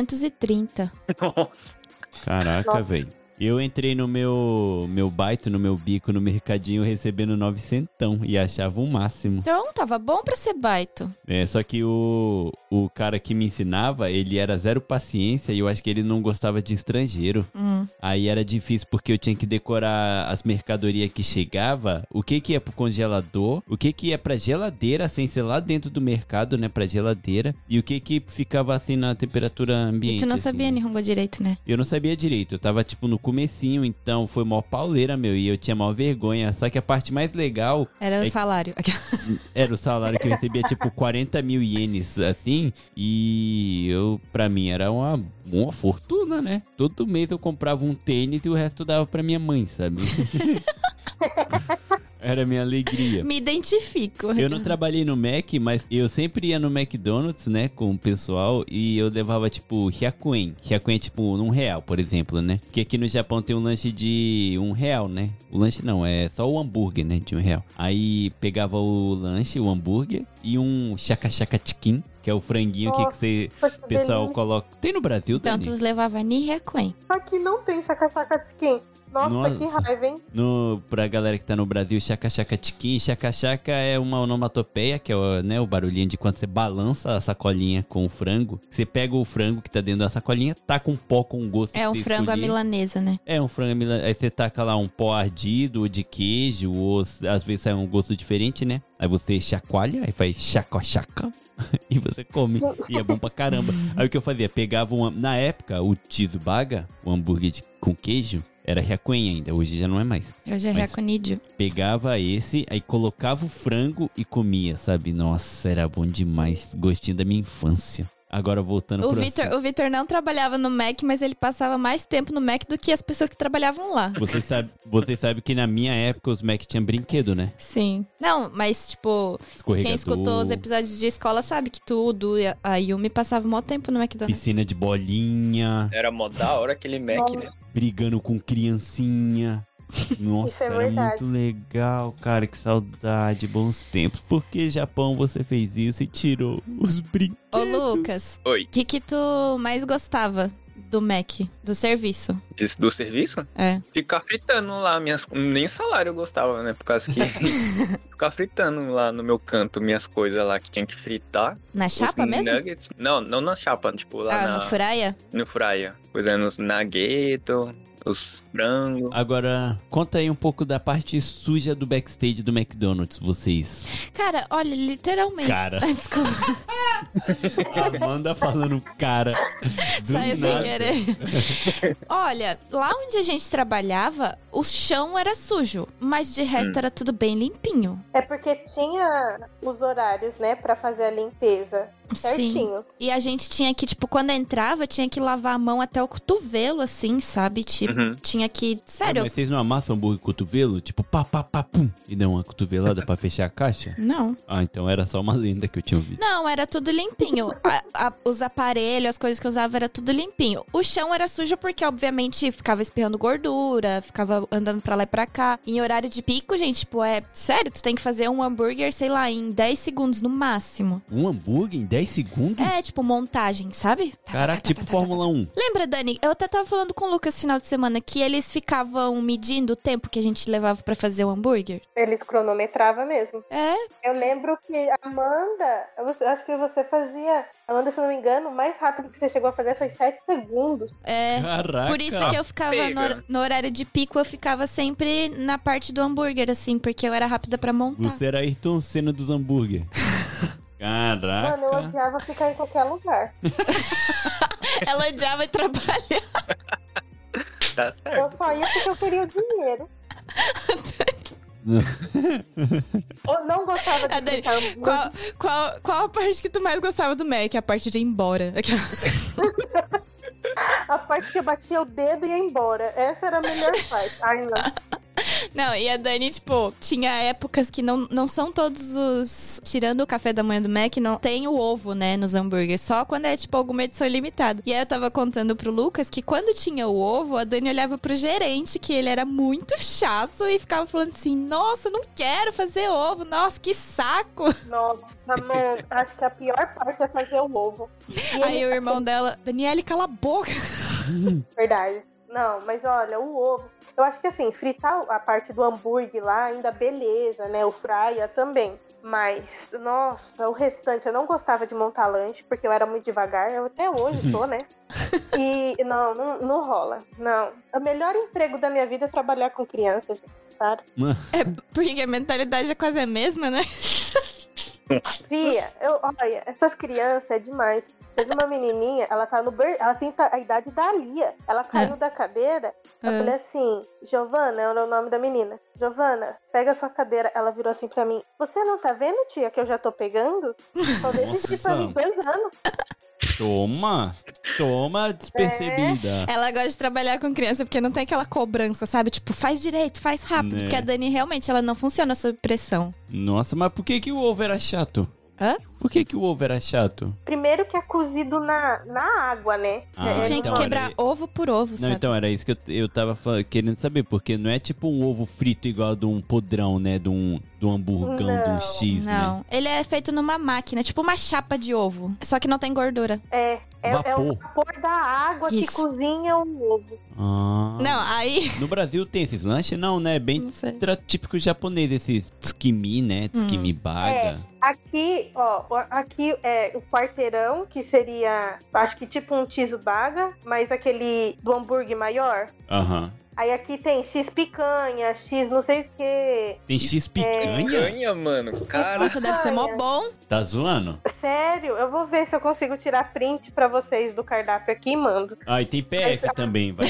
S4: 730.
S5: Nossa.
S3: Caraca,
S1: Nossa.
S3: velho. Eu entrei no meu meu baito, no meu bico, no mercadinho, recebendo 900 e achava o máximo.
S4: Então, tava bom pra ser baito.
S3: É, só que o, o cara que me ensinava, ele era zero paciência e eu acho que ele não gostava de estrangeiro.
S4: Hum.
S3: Aí era difícil porque eu tinha que decorar as mercadorias que chegava, o que que ia pro congelador, o que que ia pra geladeira, sem ser lá dentro do mercado, né, pra geladeira, e o que que ficava assim na temperatura ambiente.
S4: E tu não
S3: assim,
S4: sabia
S3: né?
S4: Nihongo direito, né?
S3: Eu não sabia direito, eu tava tipo no comecinho, então foi mó pauleira, meu, e eu tinha mó vergonha. Só que a parte mais legal
S4: Era
S3: É
S4: o
S3: que-
S4: salário.
S3: era o salário que eu recebia, tipo 40 mil ienes, assim, e eu, pra mim, era uma, uma fortuna, né? Todo mês eu comprava um tênis e o resto eu dava pra minha mãe, sabe? [LAUGHS] Era minha alegria.
S4: Me identifico.
S3: Eu não trabalhei no Mac, mas eu sempre ia no McDonald's, né, com o pessoal e eu levava, tipo, Hyakuen. Hyakuen é, tipo, um real, por exemplo, né? Porque aqui no Japão tem um lanche de um real, né? O lanche não, é só o hambúrguer, né, de um real. Aí pegava o lanche, o hambúrguer e um shaka-shaka chicken, que é o franguinho aqui que
S1: Nossa,
S3: você,
S1: Poxa, que
S3: pessoal,
S1: delícia.
S3: coloca. Tem no Brasil,
S4: Então,
S3: Dani?
S4: tu levava Nihakuen.
S1: Aqui não tem chaca-chaca chicken. Nossa,
S3: Nossa.
S1: que raiva, hein?
S3: No, pra galera que tá no Brasil, chaca-chaca tiquim. Chaca-chaca é uma onomatopeia, que é o, né, o barulhinho de quando você balança a sacolinha com o frango. Você pega o frango que tá dentro da sacolinha, taca um pó com o gosto que
S4: É um
S3: você
S4: frango à
S3: escolher.
S4: milanesa, né?
S3: É um frango à milanesa. Aí você taca lá um pó ardido ou de queijo, ou s- às vezes sai um gosto diferente, né? Aí você chacoalha, aí faz chaco-chaca. [LAUGHS] E você come. E é bom pra caramba. Aí o que eu fazia? Pegava um. Na época, o Tizubaga, o hambúrguer de- com queijo, era Hyakuen ainda. Hoje já não é mais
S4: Eu já
S3: Mas-
S4: Hyakunidio.
S3: pegava esse, aí colocava o frango e comia, sabe? Nossa, era bom demais. Gostinho da minha infância. Agora voltando
S4: O
S3: pro
S4: Vitor,
S3: assunto.
S4: o Vitor não trabalhava no Mac, mas ele passava mais tempo no Mac do que as pessoas que trabalhavam lá.
S3: Você sabe, você sabe que na minha época os Mac tinham brinquedo, né?
S4: Sim. Não, mas tipo,
S3: Escorregador,
S4: quem escutou os episódios de escola sabe que tudo e a- a Yumi passava mó tempo no McDonald's.
S3: piscina de bolinha,
S5: Era mó da hora aquele Mac, né?
S3: brigando com criancinha. Nossa,
S1: é
S3: era
S1: verdade.
S3: muito legal, cara. Que saudade, bons tempos. Por que, Japão, você fez isso e tirou os brinquedos?
S4: Ô, Lucas,
S5: Oi.
S4: o que que tu mais gostava do Mac, do serviço?
S5: Diz- Do serviço?
S4: É.
S5: Ficar fritando lá minhas. Nem salário eu gostava, né? Por causa
S4: [LAUGHS]
S5: que. Ficar fritando lá no meu canto minhas coisas lá que tinha que fritar.
S4: Na chapa
S5: Os
S4: mesmo?
S5: Nuggets. Não, não na chapa, tipo Assim, né? lá
S4: Ah,
S5: na,
S4: no Furaia?
S5: no Fraia. Pois é, nos nagueto, os
S4: Ah,
S5: frangos.
S3: Agora, conta aí um pouco da parte suja do backstage do McDonald's, vocês.
S4: Cara, olha, literalmente. [LAUGHS]
S3: Cara,
S4: Ah, Desculpa,
S3: Amanda falando cara. Do
S4: saia sem
S3: nada. [LAUGHS]
S4: querer. Olha, lá onde a gente trabalhava, o chão era sujo, mas de resto
S5: Hum.
S4: era tudo bem limpinho.
S1: É porque tinha os horários, né, pra fazer a limpeza.
S4: Sim.
S1: Certinho.
S4: E a gente tinha que, tipo, quando entrava, tinha que lavar a mão até o cotovelo, assim, sabe? Tipo,
S5: Uhum.
S4: tinha que.
S3: Ah,
S4: Sério?
S3: Mas vocês não amassam hambúrguer com o cotovelo? Tipo, pá, pá, pá, pum. E dão uma cotovelada pra fechar a caixa?
S4: Não.
S3: Ah, então era só uma lenda que eu tinha ouvido.
S4: Não, era tudo limpinho. A- a- os aparelhos, as coisas que eu usava, era tudo limpinho. O chão era sujo porque, obviamente, ficava espirrando gordura, ficava andando pra lá e pra cá. Em horário de pico, gente, tipo, é. Sério, tu tem que fazer um hambúrguer, sei lá, em 10 segundos
S3: [LAUGHS]
S4: no máximo.
S3: Um hambúrguer em 10 segundos?
S4: É, tipo, montagem, sabe?
S3: Caraca, tipo Fórmula 1.
S4: Lembra, Dani? Eu até tava falando com o Lucas final de semana que eles ficavam medindo o tempo que a gente levava pra fazer o hambúrguer.
S1: Eles cronometravam mesmo.
S4: É,
S1: Eu lembro que a Amanda, eu acho que você fazia, Amanda, se eu não me engano, o mais rápido que você chegou a fazer foi 7 segundos.
S4: é.
S3: Caraca.
S4: Por isso que eu ficava no, hor-
S5: Pega.
S4: no horário de pico, eu ficava sempre na parte do hambúrguer, assim, porque eu era rápida pra montar.
S3: Você era Ayrton Senna dos
S4: [LAUGHS]
S3: hambúrguer.
S1: Mano, eu
S3: Caraca.
S1: odiava ficar em qualquer lugar.
S4: Ela odiava trabalhar.
S5: Tá
S1: Eu
S5: certo.
S1: só ia porque eu queria o dinheiro. Ou não gostava
S4: Ah,
S1: de
S4: Dani,
S1: ficar
S4: Qual, qual, qual a parte que tu mais gostava do Mac? A parte de ir embora. Aquela-
S1: A parte que eu batia o dedo e ia embora. Essa era a melhor parte. Ai, não.
S4: Não, e a Dani, tipo, tinha épocas que não, não são todos os. Tirando o café da manhã do Mac, não tem o ovo, né, nos hambúrgueres. Só quando é, tipo, alguma edição limitada. E aí eu tava contando pro Lucas que quando tinha o ovo, a Dani olhava pro gerente, que ele era muito chato, e ficava falando assim: Nossa, eu não quero fazer ovo, nossa, que saco.
S1: [LAUGHS] Nossa, mano, acho que a pior parte é fazer o ovo. E
S4: Aí
S1: ele-
S4: o irmão dela, Daniele, cala a boca. [LAUGHS]
S1: Verdade. Não, mas olha, o ovo. Eu acho que assim, fritar a parte do hambúrguer lá, ainda beleza, né? O fraia também. Mas, nossa, o restante, eu não gostava de montar lanche, porque eu era muito devagar, eu até hoje sou, né? E não, não, não rola. Não. O melhor emprego da minha vida é trabalhar com crianças.
S4: Porque a mentalidade é quase a mesma, né?
S1: Fia, eu, olha, essas crianças é demais. Teve uma menininha, ela tá no ber... ela tem a idade da Lia.
S4: É.
S1: Ela caiu da cadeira. Eu
S4: Ah.
S1: falei assim, Giovana, era o nome da menina. Giovana, pega a sua cadeira. Ela virou assim pra mim. Você não tá vendo, tia, que eu já tô pegando? Talvez isso pra
S3: Nossa.
S1: mim dois anos.
S3: Toma! Toma, despercebida.
S4: Ela gosta de trabalhar com criança porque não tem aquela cobrança, sabe? Tipo, faz direito, faz rápido.
S3: Né.
S4: Porque a Dani realmente ela não funciona sob pressão.
S3: Nossa, mas por que, que o ovo era chato?
S4: Hã?
S3: Por que, que o ovo era chato?
S1: Primeiro que é cozido na, na água, né?
S3: Ah,
S4: Você
S1: É,
S4: tinha
S3: então
S4: que
S1: não-
S4: quebrar
S3: era-
S4: ovo por ovo,
S3: Não,
S4: sabe?
S3: então era isso que eu, eu tava fa- querendo saber, porque não é tipo um ovo frito igual a de um podrão, né? De um, de um hamburgão, de um
S1: Não,
S3: X, né?
S4: Não, ele é feito numa máquina, tipo uma chapa de ovo. Só que não tem gordura.
S1: É, é, é o
S3: Vapor.
S1: vapor da água que
S4: Isso.
S1: cozinha o ovo.
S3: Ah.
S4: Não,
S3: [LAUGHS]
S4: aí.
S3: No Brasil tem esses lanches? Não, né? É Bem
S4: Não sei.
S3: tra- típico japonês, esses tsukimi, né?
S4: Hum.
S3: Tsukimi baga.
S1: É, Aqui, ó, o- aqui é o quarteirão, que seria, acho que tipo um baga, mas aquele do hambúrguer maior.
S3: Aham.
S1: Aí aqui tem X picanha, X não sei o quê.
S3: Tem X
S4: é.
S3: picanha?
S5: Ganha, mano. Cara,
S4: Nossa, deve ser mó bom.
S3: Tá zoando?
S1: Sério, eu vou ver se eu consigo tirar print pra vocês do cardápio aqui e mando.
S3: Ah, e tem PF também, vai.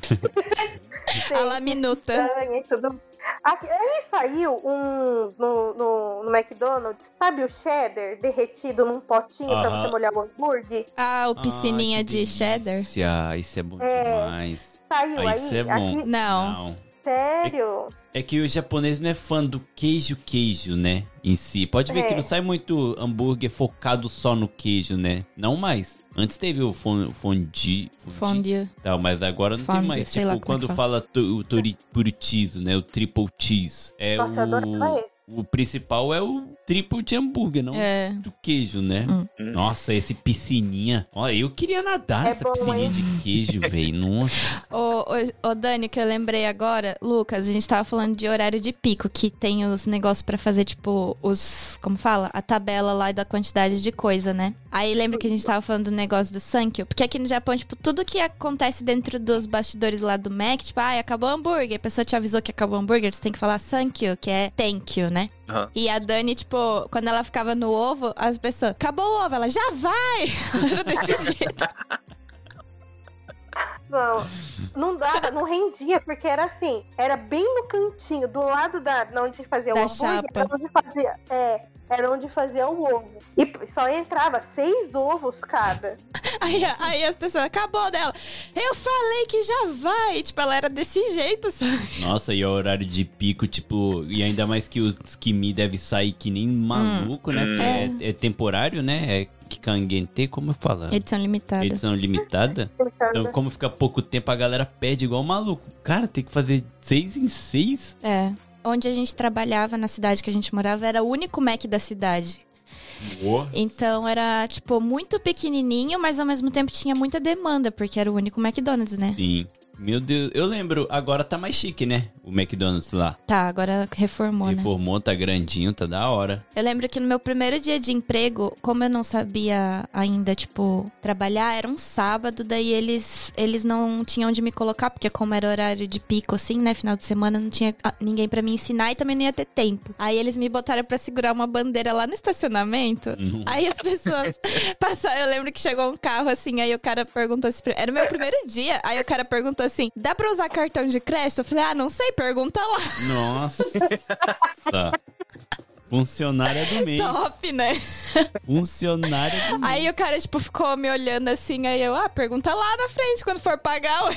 S1: Tem
S4: A lá minuta.
S1: picanha e tudo. Aqui, aí saiu um no, no, no McDonald's, sabe o cheddar derretido num potinho pra
S3: Aham.
S1: você molhar o hambúrguer?
S4: Ah, o piscininha
S3: Ai, que
S4: de cheddar.
S3: delícia, Isso é bom
S1: É.
S3: demais.
S1: Saiu
S3: Ah,
S1: aí.
S3: isso é bom.
S1: Aqui,
S4: Não.
S3: Não.
S1: sério.
S3: É que o japonês não é fã do queijo queijo, né? Em si. Pode ver
S1: É.
S3: que não sai muito hambúrguer focado só no queijo, né? Não mais. Antes teve o fon- fondue, fondue,
S4: Fondue.
S3: tal, mas agora não
S4: Fondue,
S3: tem mais.
S4: sei
S3: Tipo,
S4: lá como é
S3: quando
S4: que
S3: fala tu- o tori- puro cheese, né? O triple cheese. É
S1: Nossa, eu adorava
S3: o
S1: esse.
S3: o principal é o triple de hambúrguer, não
S4: É.
S3: do queijo, né?
S4: Hum.
S3: Nossa, esse piscininha. Ó, eu queria nadar
S1: É
S3: nessa
S1: bom,
S3: piscininha
S1: hein?
S3: de queijo, velho.
S1: [LAUGHS]
S3: Nossa.
S4: Ô, ô, ô, Dani, que eu lembrei agora, Lucas, a gente tava falando de horário de pico, que tem os negócios pra fazer, tipo, os. Como fala? A tabela lá da quantidade de coisa, né? Aí lembra que a gente tava falando do negócio do Sankyo? Porque aqui no Japão, tipo, tudo que acontece dentro dos bastidores lá do Mac, tipo, ai, acabou o hambúrguer, a pessoa te avisou que acabou o hambúrguer, você tem que falar Sankyo, que é thank you, né?
S5: Aham.
S4: E a Dani, tipo, quando ela ficava no ovo, as pessoas, acabou o ovo, ela já vai! [LAUGHS] Era desse jeito.
S1: Não, não dava, não rendia, porque era assim, era bem no cantinho, do lado da, da onde fazia
S4: Da
S1: o hambúrguer,
S4: chapa.
S1: era onde fazia, é, era onde fazia o ovo. E p- só entrava seis ovos cada.
S4: Aí, aí as pessoas, acabou dela. Eu falei que já vai. Tipo, ela era desse jeito, sabe?
S3: Nossa, e o horário de pico, tipo, e ainda mais que o Kimi deve sair que nem maluco, né? Porque
S4: Hum.
S3: é, é temporário, né? É Kikangente, como eu falo?
S4: Edição limitada.
S3: Edição limitada. Então, como fica pouco tempo, a galera pede igual maluco. Cara, tem que fazer seis em seis?
S4: É. Onde a gente trabalhava na cidade que a gente morava era o único Mac da cidade. Então era, tipo, muito pequenininho, mas ao mesmo tempo tinha muita demanda, porque era o único McDonald's, né?
S3: Sim. Meu Deus, eu lembro, agora tá mais chique, né? O McDonald's lá.
S4: Tá, agora reformou, né?
S3: Reformou, tá grandinho, tá da hora.
S4: Eu lembro que no meu primeiro dia de emprego, como eu não sabia ainda, tipo, trabalhar, era um sábado, daí eles, eles não tinham onde me colocar, porque como era horário de pico, assim, né, final de semana, não tinha ah, ninguém pra me ensinar e também não ia ter tempo. Aí eles me botaram pra segurar uma bandeira lá no estacionamento. [LAUGHS]
S3: Não-
S4: Aí as pessoas passaram, eu lembro que chegou um carro assim, aí o cara perguntou assim, pra- era o meu primeiro dia, aí o cara perguntou assim, dá pra usar cartão de crédito? Eu falei, ah, não sei, pergunta lá,
S3: Nossa! Funcionária é do mês.
S4: top, né?
S3: Funcionária do mês.
S4: Aí o cara, tipo, ficou me olhando assim, aí eu, ah, pergunta lá na frente quando for pagar. ué.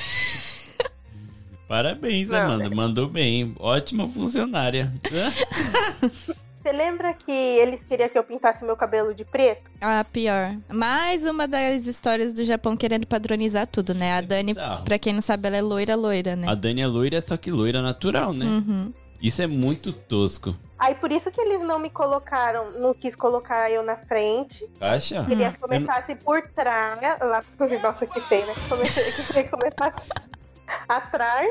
S3: Parabéns,
S1: Não.
S3: Amanda. Mandou bem. Ótima funcionária.
S1: Você lembra que eles queriam que eu pintasse meu cabelo de preto?
S4: Ah, pior. Mais uma das histórias do Japão querendo padronizar tudo, né? A Dani,
S3: É bizarro.
S4: pra quem não sabe, ela é loira, loira, né?
S3: A Dani é loira, só que loira natural, né?
S4: Uhum.
S3: Isso é muito tosco.
S1: Aí por isso que eles não me colocaram, não quis colocar eu na frente.
S3: Acha?
S1: Queria
S4: Hum.
S1: que começasse por trás. Lá, nossa, que feio, né? Comecei, queria [LAUGHS] que começasse atrás.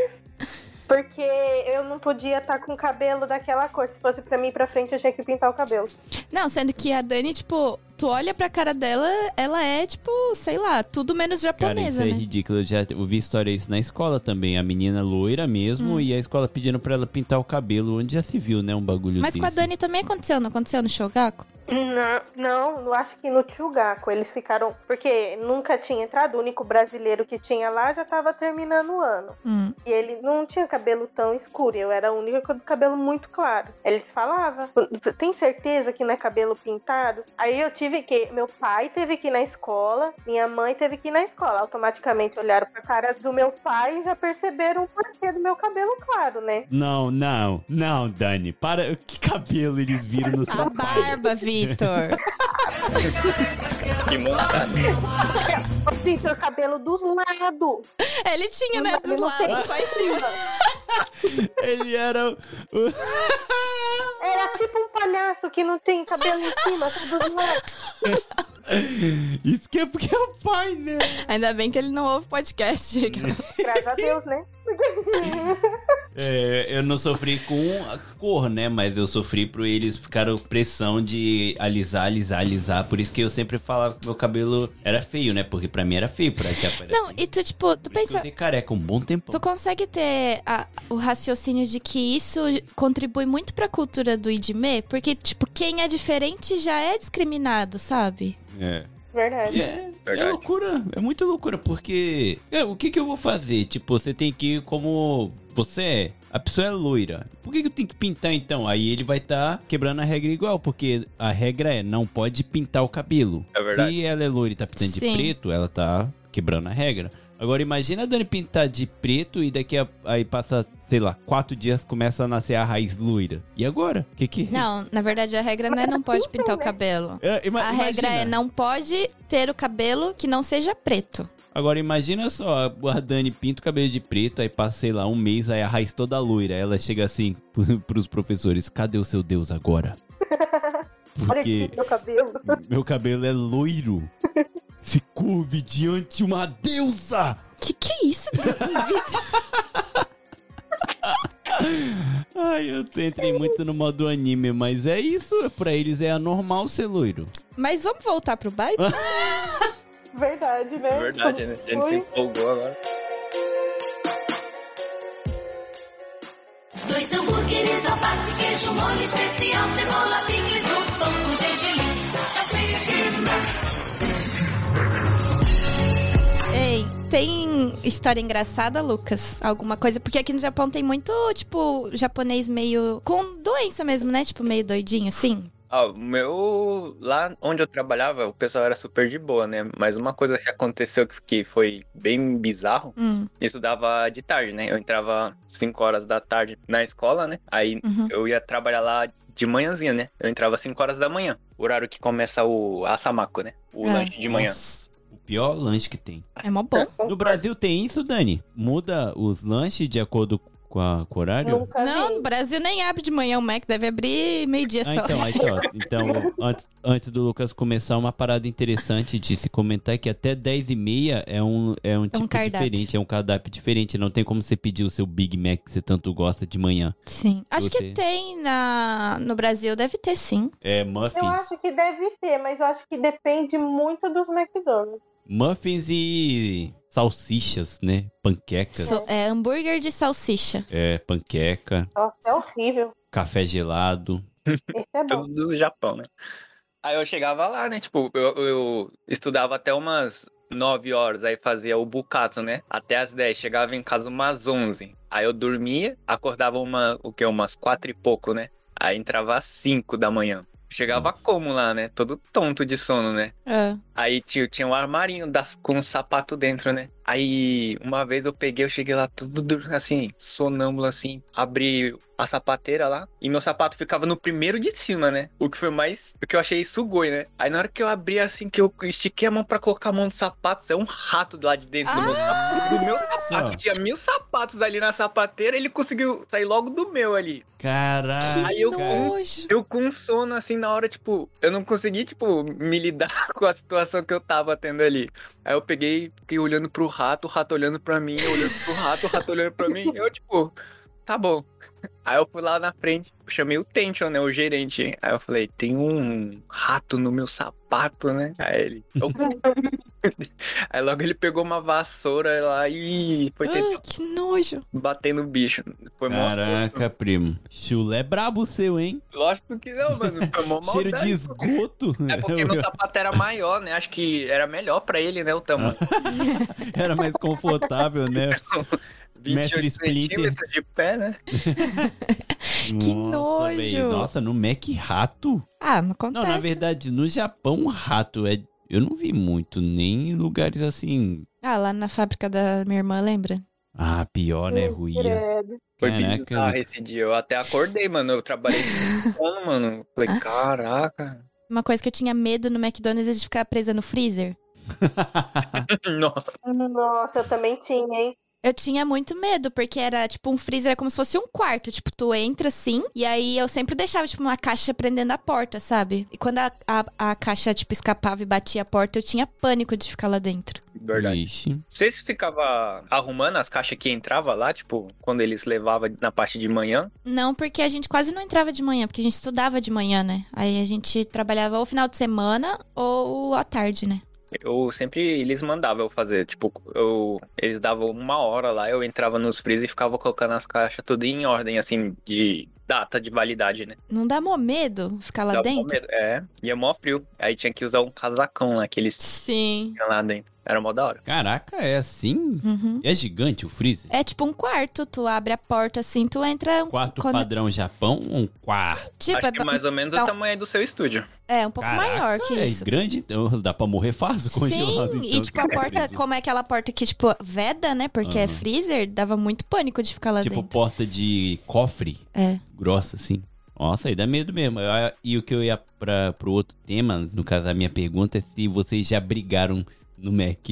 S1: Porque eu não podia estar com o cabelo daquela cor. Se fosse pra mim pra frente, eu tinha que pintar o cabelo.
S4: Não, sendo que a Dani, tipo, tu olha pra cara dela, ela é, tipo, sei lá, tudo menos
S3: Cara, isso
S4: japonesa,
S3: é
S4: né?
S3: ridículo. Eu já ouvi história isso na escola também. A menina loira mesmo
S4: Hum.
S3: e a escola pedindo pra ela pintar o cabelo, onde já se viu, né? Um bagulho
S4: Mas com a
S3: desse.
S4: Dani também aconteceu, não aconteceu no Shogaku?
S1: Não, não, eu acho que no Tchugaco eles ficaram. Porque nunca tinha entrado, o único brasileiro que tinha lá já tava terminando o ano.
S4: Hum.
S1: E ele não tinha cabelo tão escuro, eu era a única com cabelo muito claro. Eles falavam, tem certeza que não é cabelo pintado? Aí eu tive que. Meu pai teve que ir na escola, minha mãe teve que ir na escola. Automaticamente olharam pra cara do meu pai e já perceberam o porquê do meu cabelo claro, né?
S3: Não, não, não, Dani. Para. Que cabelo eles viram
S4: [LAUGHS]
S3: no
S4: A
S3: seu pai?
S4: barba, Vitor.
S5: Que montada.
S1: Pintou o cabelo dos lados.
S4: [LAUGHS] Ele tinha, né, dos lados, só em cima.
S3: Ele era. o- o-
S1: Era tipo um palhaço que não tem cabelo em cima, tá só dos lados.
S3: Isso que é porque é o pai, né?
S4: Ainda bem que ele não ouve podcast.
S1: Graças a Deus, né?
S3: É, eu não sofri com a cor, né? Mas eu sofri por eles ficaram pressão de alisar, alisar, alisar. Por isso que eu sempre falava que meu cabelo era feio, né? Porque pra mim era feio, pra ti era
S4: Não,
S3: feio.
S4: e tu, tipo, tu
S3: Por isso que eu
S4: pensa.
S3: usei careca um bom tempão.
S4: Tu consegue ter a- o raciocínio de que isso contribui muito pra cultura do idmê? Porque, tipo, quem é diferente já é discriminado, sabe?
S3: É.
S1: Verdade.
S3: É, é
S5: Verdade.
S3: loucura, é muita loucura, porque é, o que que eu vou fazer? Tipo, você tem que ir como você é, a pessoa é loira. Por que que eu tenho que pintar então? Aí ele vai estar quebrando a regra igual, porque a regra é não pode pintar o cabelo.
S5: É verdade.
S3: Se ela é loira e tá pintando
S4: Sim.
S3: de preto, ela tá quebrando a regra. Agora imagina a Dani pintar de preto e daqui a aí passa, sei lá, quatro dias começa a nascer a raiz loira. E agora? O que que
S4: Não, na verdade a regra não é não pode pintar o cabelo.
S3: É, ima-
S4: A regra é
S3: imagina.
S4: não pode ter o cabelo que não seja preto.
S3: Agora imagina só, a Dani pinta o cabelo de preto, aí passa, sei lá, um mês, aí a raiz toda loira. Ela chega assim [LAUGHS] pros professores, cadê o seu Deus agora?
S1: Olha aqui
S3: Porque
S1: meu cabelo.
S3: meu cabelo é loiro. Se curve diante uma deusa!
S4: Que que é [LAUGHS] isso?
S3: Ai, eu entrei muito no modo anime, mas é isso. Pra eles é anormal ser loiro.
S4: Mas vamos voltar pro baita?
S3: Ah.
S1: Verdade, né?
S5: É verdade, né? A gente se
S1: Foi.
S5: empolgou agora.
S7: Dois hambúrgueres, alface, queijo, molho especial, cebola, picles, um pão com gergelim.
S4: Ei, tem história engraçada, Lucas? Alguma coisa? Porque aqui no Japão tem muito, tipo, japonês meio. com doença mesmo, né? Tipo, meio doidinho, assim.
S5: Ah, o meu. Lá onde eu trabalhava, o pessoal era super de boa, né? Mas uma coisa que aconteceu que- que foi bem bizarro,
S4: Hum,
S5: isso dava de tarde, né? Eu entrava 5 horas da tarde na escola, né? Aí
S4: uhum.
S5: eu ia trabalhar lá de manhãzinha, né? Eu entrava 5 horas da manhã, o horário que começa o asamaco, né? O
S4: É.
S5: lanche de manhã.
S3: Nossa, o pior lanche que tem.
S4: É mó bom.
S3: No Brasil tem isso, Dani? Muda os lanches de acordo com, a- com o horário?
S1: Nunca
S4: Não,
S1: vi.
S4: no Brasil nem abre de manhã o Mac, deve abrir meio-dia
S3: Ah,
S4: só.
S3: então, aí, ó. então antes, antes do Lucas começar, uma parada interessante de se comentar é que até 10 e meia é um, é um tipo
S4: cardápio.
S3: diferente, é um cardápio diferente. Não tem como você pedir o seu Big Mac que você tanto gosta de manhã.
S4: Sim. Acho
S3: Você.
S4: que tem na... no Brasil, deve ter sim.
S3: É,
S1: Eu
S3: muffins.
S1: acho que deve ter, mas eu acho que depende muito dos McDonald's.
S3: Muffins e salsichas, né? Panquecas.
S4: So- é hambúrguer de salsicha.
S3: É, panqueca,
S1: Nossa, é horrível.
S3: café gelado.
S1: Esse é bom.
S5: tudo do Japão, né? Aí eu chegava lá, né? Tipo, eu, eu estudava até umas 9 horas, aí fazia o bucato, né? Até as 10, chegava em casa umas 11. Aí eu dormia, acordava uma, o quê? Umas 4 e pouco, né? Aí entrava às 5 da manhã. Chegava
S3: Nossa.
S5: como lá, né? Todo tonto de sono, né?
S4: Ah.
S5: Aí tio, tinha um armarinho das, com um sapato dentro, né? Aí uma vez eu peguei, eu cheguei lá tudo dur- assim, sonâmbulo assim, abri a sapateira lá e meu sapato ficava no primeiro de cima, né? O que foi mais, o que eu achei sugoi, né? Aí na hora que eu abri assim, que eu estiquei a mão pra colocar a mão no sapato, saiu um rato lá de dentro do meu sapato. Do meu sapato, tinha mil sapatos ali na sapateira, ele conseguiu sair logo do meu ali.
S3: Caralho.
S5: Aí
S4: Ah, Que
S5: eu-
S4: nojo.
S5: Eu com sono, assim, na hora, tipo, eu não consegui, tipo, me lidar [LAUGHS] com a situação que eu tava tendo ali. Aí eu peguei, fiquei olhando pro rato, o rato olhando pra mim, eu olhando pro rato, o rato olhando pra mim. Eu, tipo, tá bom. Aí eu fui lá na frente, chamei o Tension, né? O gerente. Aí eu falei, tem um rato no meu sapato, né? Aí ele. "Ok." [LAUGHS] Aí logo ele pegou uma vassoura lá e
S3: [GASPS]
S5: foi tentar
S4: Ai, Ah, que nojo.
S5: bater no bicho. Foi mó susto.
S3: Caraca, primo. Chulé brabo seu, hein?
S5: Lógico que não, mano. Foi mó
S3: [LAUGHS] Cheiro
S5: maldade.
S3: de esgoto.
S5: É
S3: [LAUGHS]
S5: porque meu sapato era maior, né? Acho que era melhor pra ele, né? O tamanho.
S3: Ah, Era mais confortável, né? Mestre
S5: 28
S3: Splinter.
S5: centímetros de pé, né?
S4: Que
S3: Nossa,
S4: nojo.
S3: velho. Nossa, no Mac rato?
S4: Ah, mas acontece.
S3: Não, na verdade, no Japão, rato é. Eu não vi muito, nem em lugares assim.
S4: Ah, lá na fábrica da minha irmã, lembra?
S3: Ah, pior, né? Ruim. [LAUGHS]
S1: Credo.
S5: Foi
S3: Caraca.
S5: bizarro esse dia. Eu até acordei, mano. Eu trabalhei com sono, mano. Falei, caraca. [LAUGHS]
S4: Uma coisa que eu tinha medo no McDonald's é de ficar presa no freezer.
S5: Nossa.
S1: Nossa, eu também tinha, hein?
S4: Eu tinha muito medo, porque era tipo um freezer, é como se fosse um quarto. Tipo, tu entra assim, e aí eu sempre deixava, tipo, uma caixa prendendo a porta, sabe? E quando a, a, a caixa, tipo, escapava e batia a porta, eu tinha pânico de ficar lá dentro.
S5: Verdade.
S3: Ixi.
S5: Vocês ficavam arrumando as caixas que entrava lá, tipo, quando eles levavam na parte de manhã?
S4: Não, porque a gente quase não entrava de manhã, porque a gente estudava de manhã, né? Aí a gente trabalhava ou final de semana ou à tarde, né?
S5: Eu sempre, eles mandavam eu fazer, tipo, eu, eles davam uma hora lá, eu entrava nos freezer e ficava colocando as caixas tudo em ordem, assim, de data de validade, né?
S4: Não dá mó medo ficar lá
S5: Dava mó
S4: dentro?
S5: medo. É, e é mó frio. Aí tinha que usar um casacão lá, que eles
S4: Sim.
S5: tinham lá dentro. Era mó da hora.
S3: Caraca, é assim?
S4: Uhum.
S3: É gigante o freezer?
S4: É tipo um quarto, tu abre a porta assim, tu entra. é Um...
S3: Quarto
S4: quando-
S3: padrão Japão, um quarto.
S5: Acho
S4: Tipo, é,
S5: que é
S4: ba-
S5: mais ou menos
S4: então-
S5: o tamanho do seu estúdio.
S4: é um pouco
S3: Caraca,
S4: maior que
S3: É
S4: isso.
S3: grande, então dá pra morrer fácil [LAUGHS] congelado.
S4: Sim,
S3: então,
S4: e tipo, a
S3: você não
S4: porta,
S3: acredita.
S4: como é aquela porta que, tipo, veda, né? Porque é
S3: Aham.
S4: freezer, dava muito pânico de ficar lá
S3: Tipo,
S4: dentro.
S3: porta de cofre.
S4: É.
S3: Grossa, assim. Nossa, aí dá medo mesmo. Eu- E o que eu ia pra, pro outro tema, no caso, a minha pergunta é se vocês já brigaram no Mac.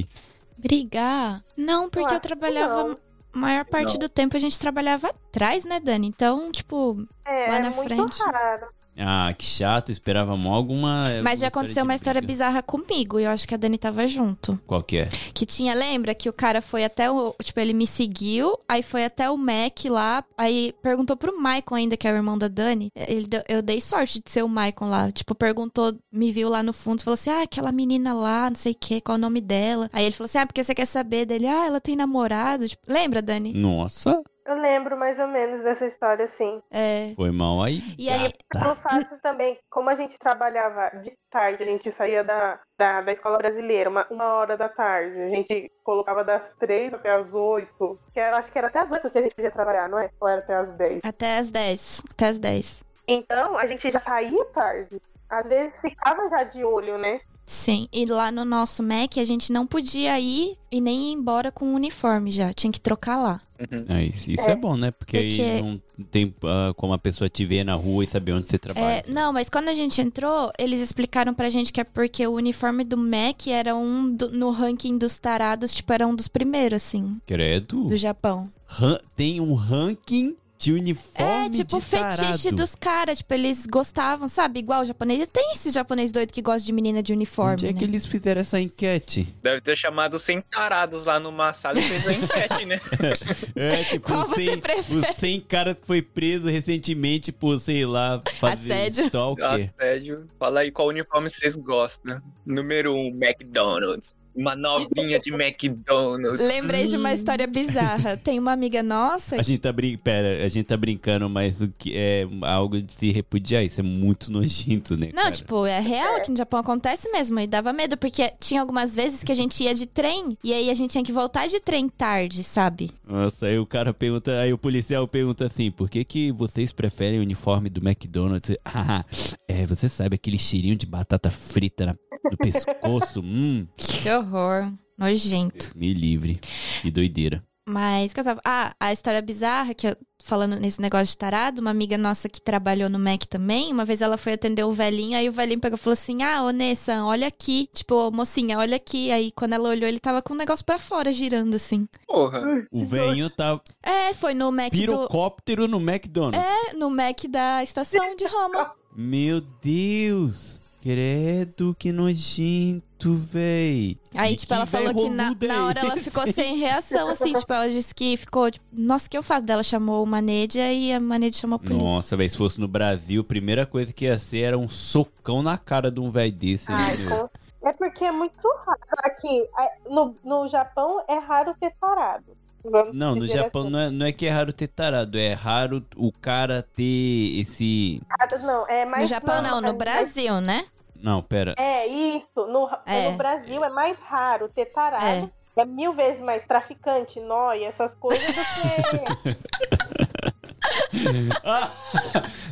S4: Brigar? Não, porque eu
S1: acho que
S4: trabalhava.
S1: não.
S4: A maior parte
S5: Não.
S4: do tempo a gente trabalhava atrás, né, Dani? Então, tipo.
S1: É,
S4: Lá
S1: é
S4: na
S1: muito
S4: frente.
S1: raro.
S3: Ah, que chato, esperava mal alguma.
S4: Mas já aconteceu uma história bizarra comigo e eu acho que a Dani tava junto.
S3: bizarra. Qual que é?
S4: Que tinha, lembra que o cara foi até o. Tipo, ele me seguiu, aí foi até o Mac lá, aí perguntou pro Maicon ainda, que é o irmão da Dani. Ele deu- eu dei sorte de ser o Maicon lá. Tipo, perguntou, me viu lá no fundo, falou assim: ah, aquela menina lá, não sei o que, qual é o nome dela. Aí ele falou assim: ah, porque você quer saber dele? Ah, ela tem namorado. Tipo, lembra, Dani?
S3: Nossa,
S1: Eu lembro mais ou menos dessa história, sim.
S4: É.
S3: foi mal aí.
S4: E aí-
S3: gata.
S1: Pelo fato também, como a gente trabalhava de tarde, a gente saía da, da, da escola brasileira, uma, uma hora da tarde. A gente colocava das três até as oito. Que era, acho que era até as oito que a gente podia trabalhar, não é? Ou era até as dez?
S4: Até as 10. Até as 10.
S1: Então, a gente já saía tarde. Às vezes ficava já de olho, né?
S4: Sim, e lá no nosso Mac a gente não podia ir e nem ir embora com o uniforme já. Tinha que trocar lá.
S5: Uhum.
S3: Ah, isso, isso é. bom, né? Porque, aí
S4: Porque-
S3: não tem ah, como a pessoa te ver na rua e saber onde você trabalha.
S4: É, não, mas quando a gente entrou, eles explicaram pra gente que é porque o uniforme do Mac era um do- no ranking dos tarados, tipo, era um dos primeiros, assim,
S3: Credo.
S4: do Japão.
S3: Ran- tem um ranking de uniforme
S4: é, tipo, o
S3: de tarado.
S4: fetiche dos caras, tipo, eles gostavam, sabe? Igual o japonês. Tem esses japonês doido que gosta de menina de uniforme,
S3: Onde é
S4: né?
S3: que eles fizeram essa enquete?
S5: Deve ter chamado sem tarados lá no Massado e fez a enquete, né?
S3: É, tipo,
S4: [LAUGHS] Qual
S3: os
S4: você
S3: 100,
S4: prefere?
S3: os 100 caras que foi preso recentemente por, sei lá, fazer
S4: Assédio.
S3: stalker.
S5: Assédio. Fala aí qual uniforme vocês gostam. Número 1, um, McDonald's. Uma novinha de McDonald's.
S4: Lembrei de uma história bizarra. Tem uma amiga nossa.
S3: A gente tá brin... Pera, a gente tá brincando, mas o que é algo de se repudiar. Isso é muito nojento, né?
S4: Não,
S3: cara?
S4: tipo, é real que no Japão acontece mesmo. E dava medo, porque tinha algumas vezes que a gente ia de trem e aí a gente tinha que voltar de trem tarde, sabe?
S3: Nossa, aí o cara pergunta, aí o policial pergunta assim: por que, que vocês preferem o uniforme do McDonald's? [LAUGHS] Ah, é, você sabe aquele cheirinho de batata frita na- no
S4: [LAUGHS]
S3: pescoço? Hum,
S4: Que horror. Nojento.
S3: me livre. Que doideira.
S4: Mas, que eu tava- Ah, a história bizarra que eu. Falando nesse negócio de tarado, uma amiga nossa que trabalhou no Mac também, uma vez ela foi atender o velhinho, aí o velhinho pegou e falou assim: Ah, ô Nessan, olha aqui. Tipo, "Ô, mocinha, olha aqui. Aí quando ela olhou, ele tava com um negócio pra fora girando assim.
S5: Porra.
S3: O velhinho tá
S4: É, foi no Mac do. é,
S3: pirocóptero no McDonald's.
S4: No Mac da estação de Roma.
S3: Meu Deus! Credo, que nojento, véi.
S4: Aí,
S3: E
S4: tipo,
S3: que
S4: ela falou
S3: véi
S4: que na,
S3: roludo
S4: na
S3: é
S4: hora ela
S3: esse? [LAUGHS]
S4: ficou sem reação, assim. Tipo, ela disse que ficou, tipo, nossa, o que eu faço? Dela chamou o Manedia e a Manedia chamou a polícia.
S3: Nossa, velho, se fosse no Brasil, a primeira coisa que ia ser era um socão na cara de um velho desse.
S1: Ai,
S3: entendeu?
S1: com- É porque é muito raro aqui. é, No, no Japão é raro ter tarado. Vamos
S3: Não, no
S1: dizer
S3: Japão
S1: assim.
S3: não é, não é que é raro ter tarado, é raro o cara ter esse.
S1: Ah, não é mais
S4: no Japão, não,
S1: é-
S4: no Brasil, né?
S3: Não, pera.
S1: É isso. No,
S4: É.
S1: no Brasil é mais raro ter tarado. É. mil vezes mais traficante, nóia, essas coisas do que.
S3: Ah!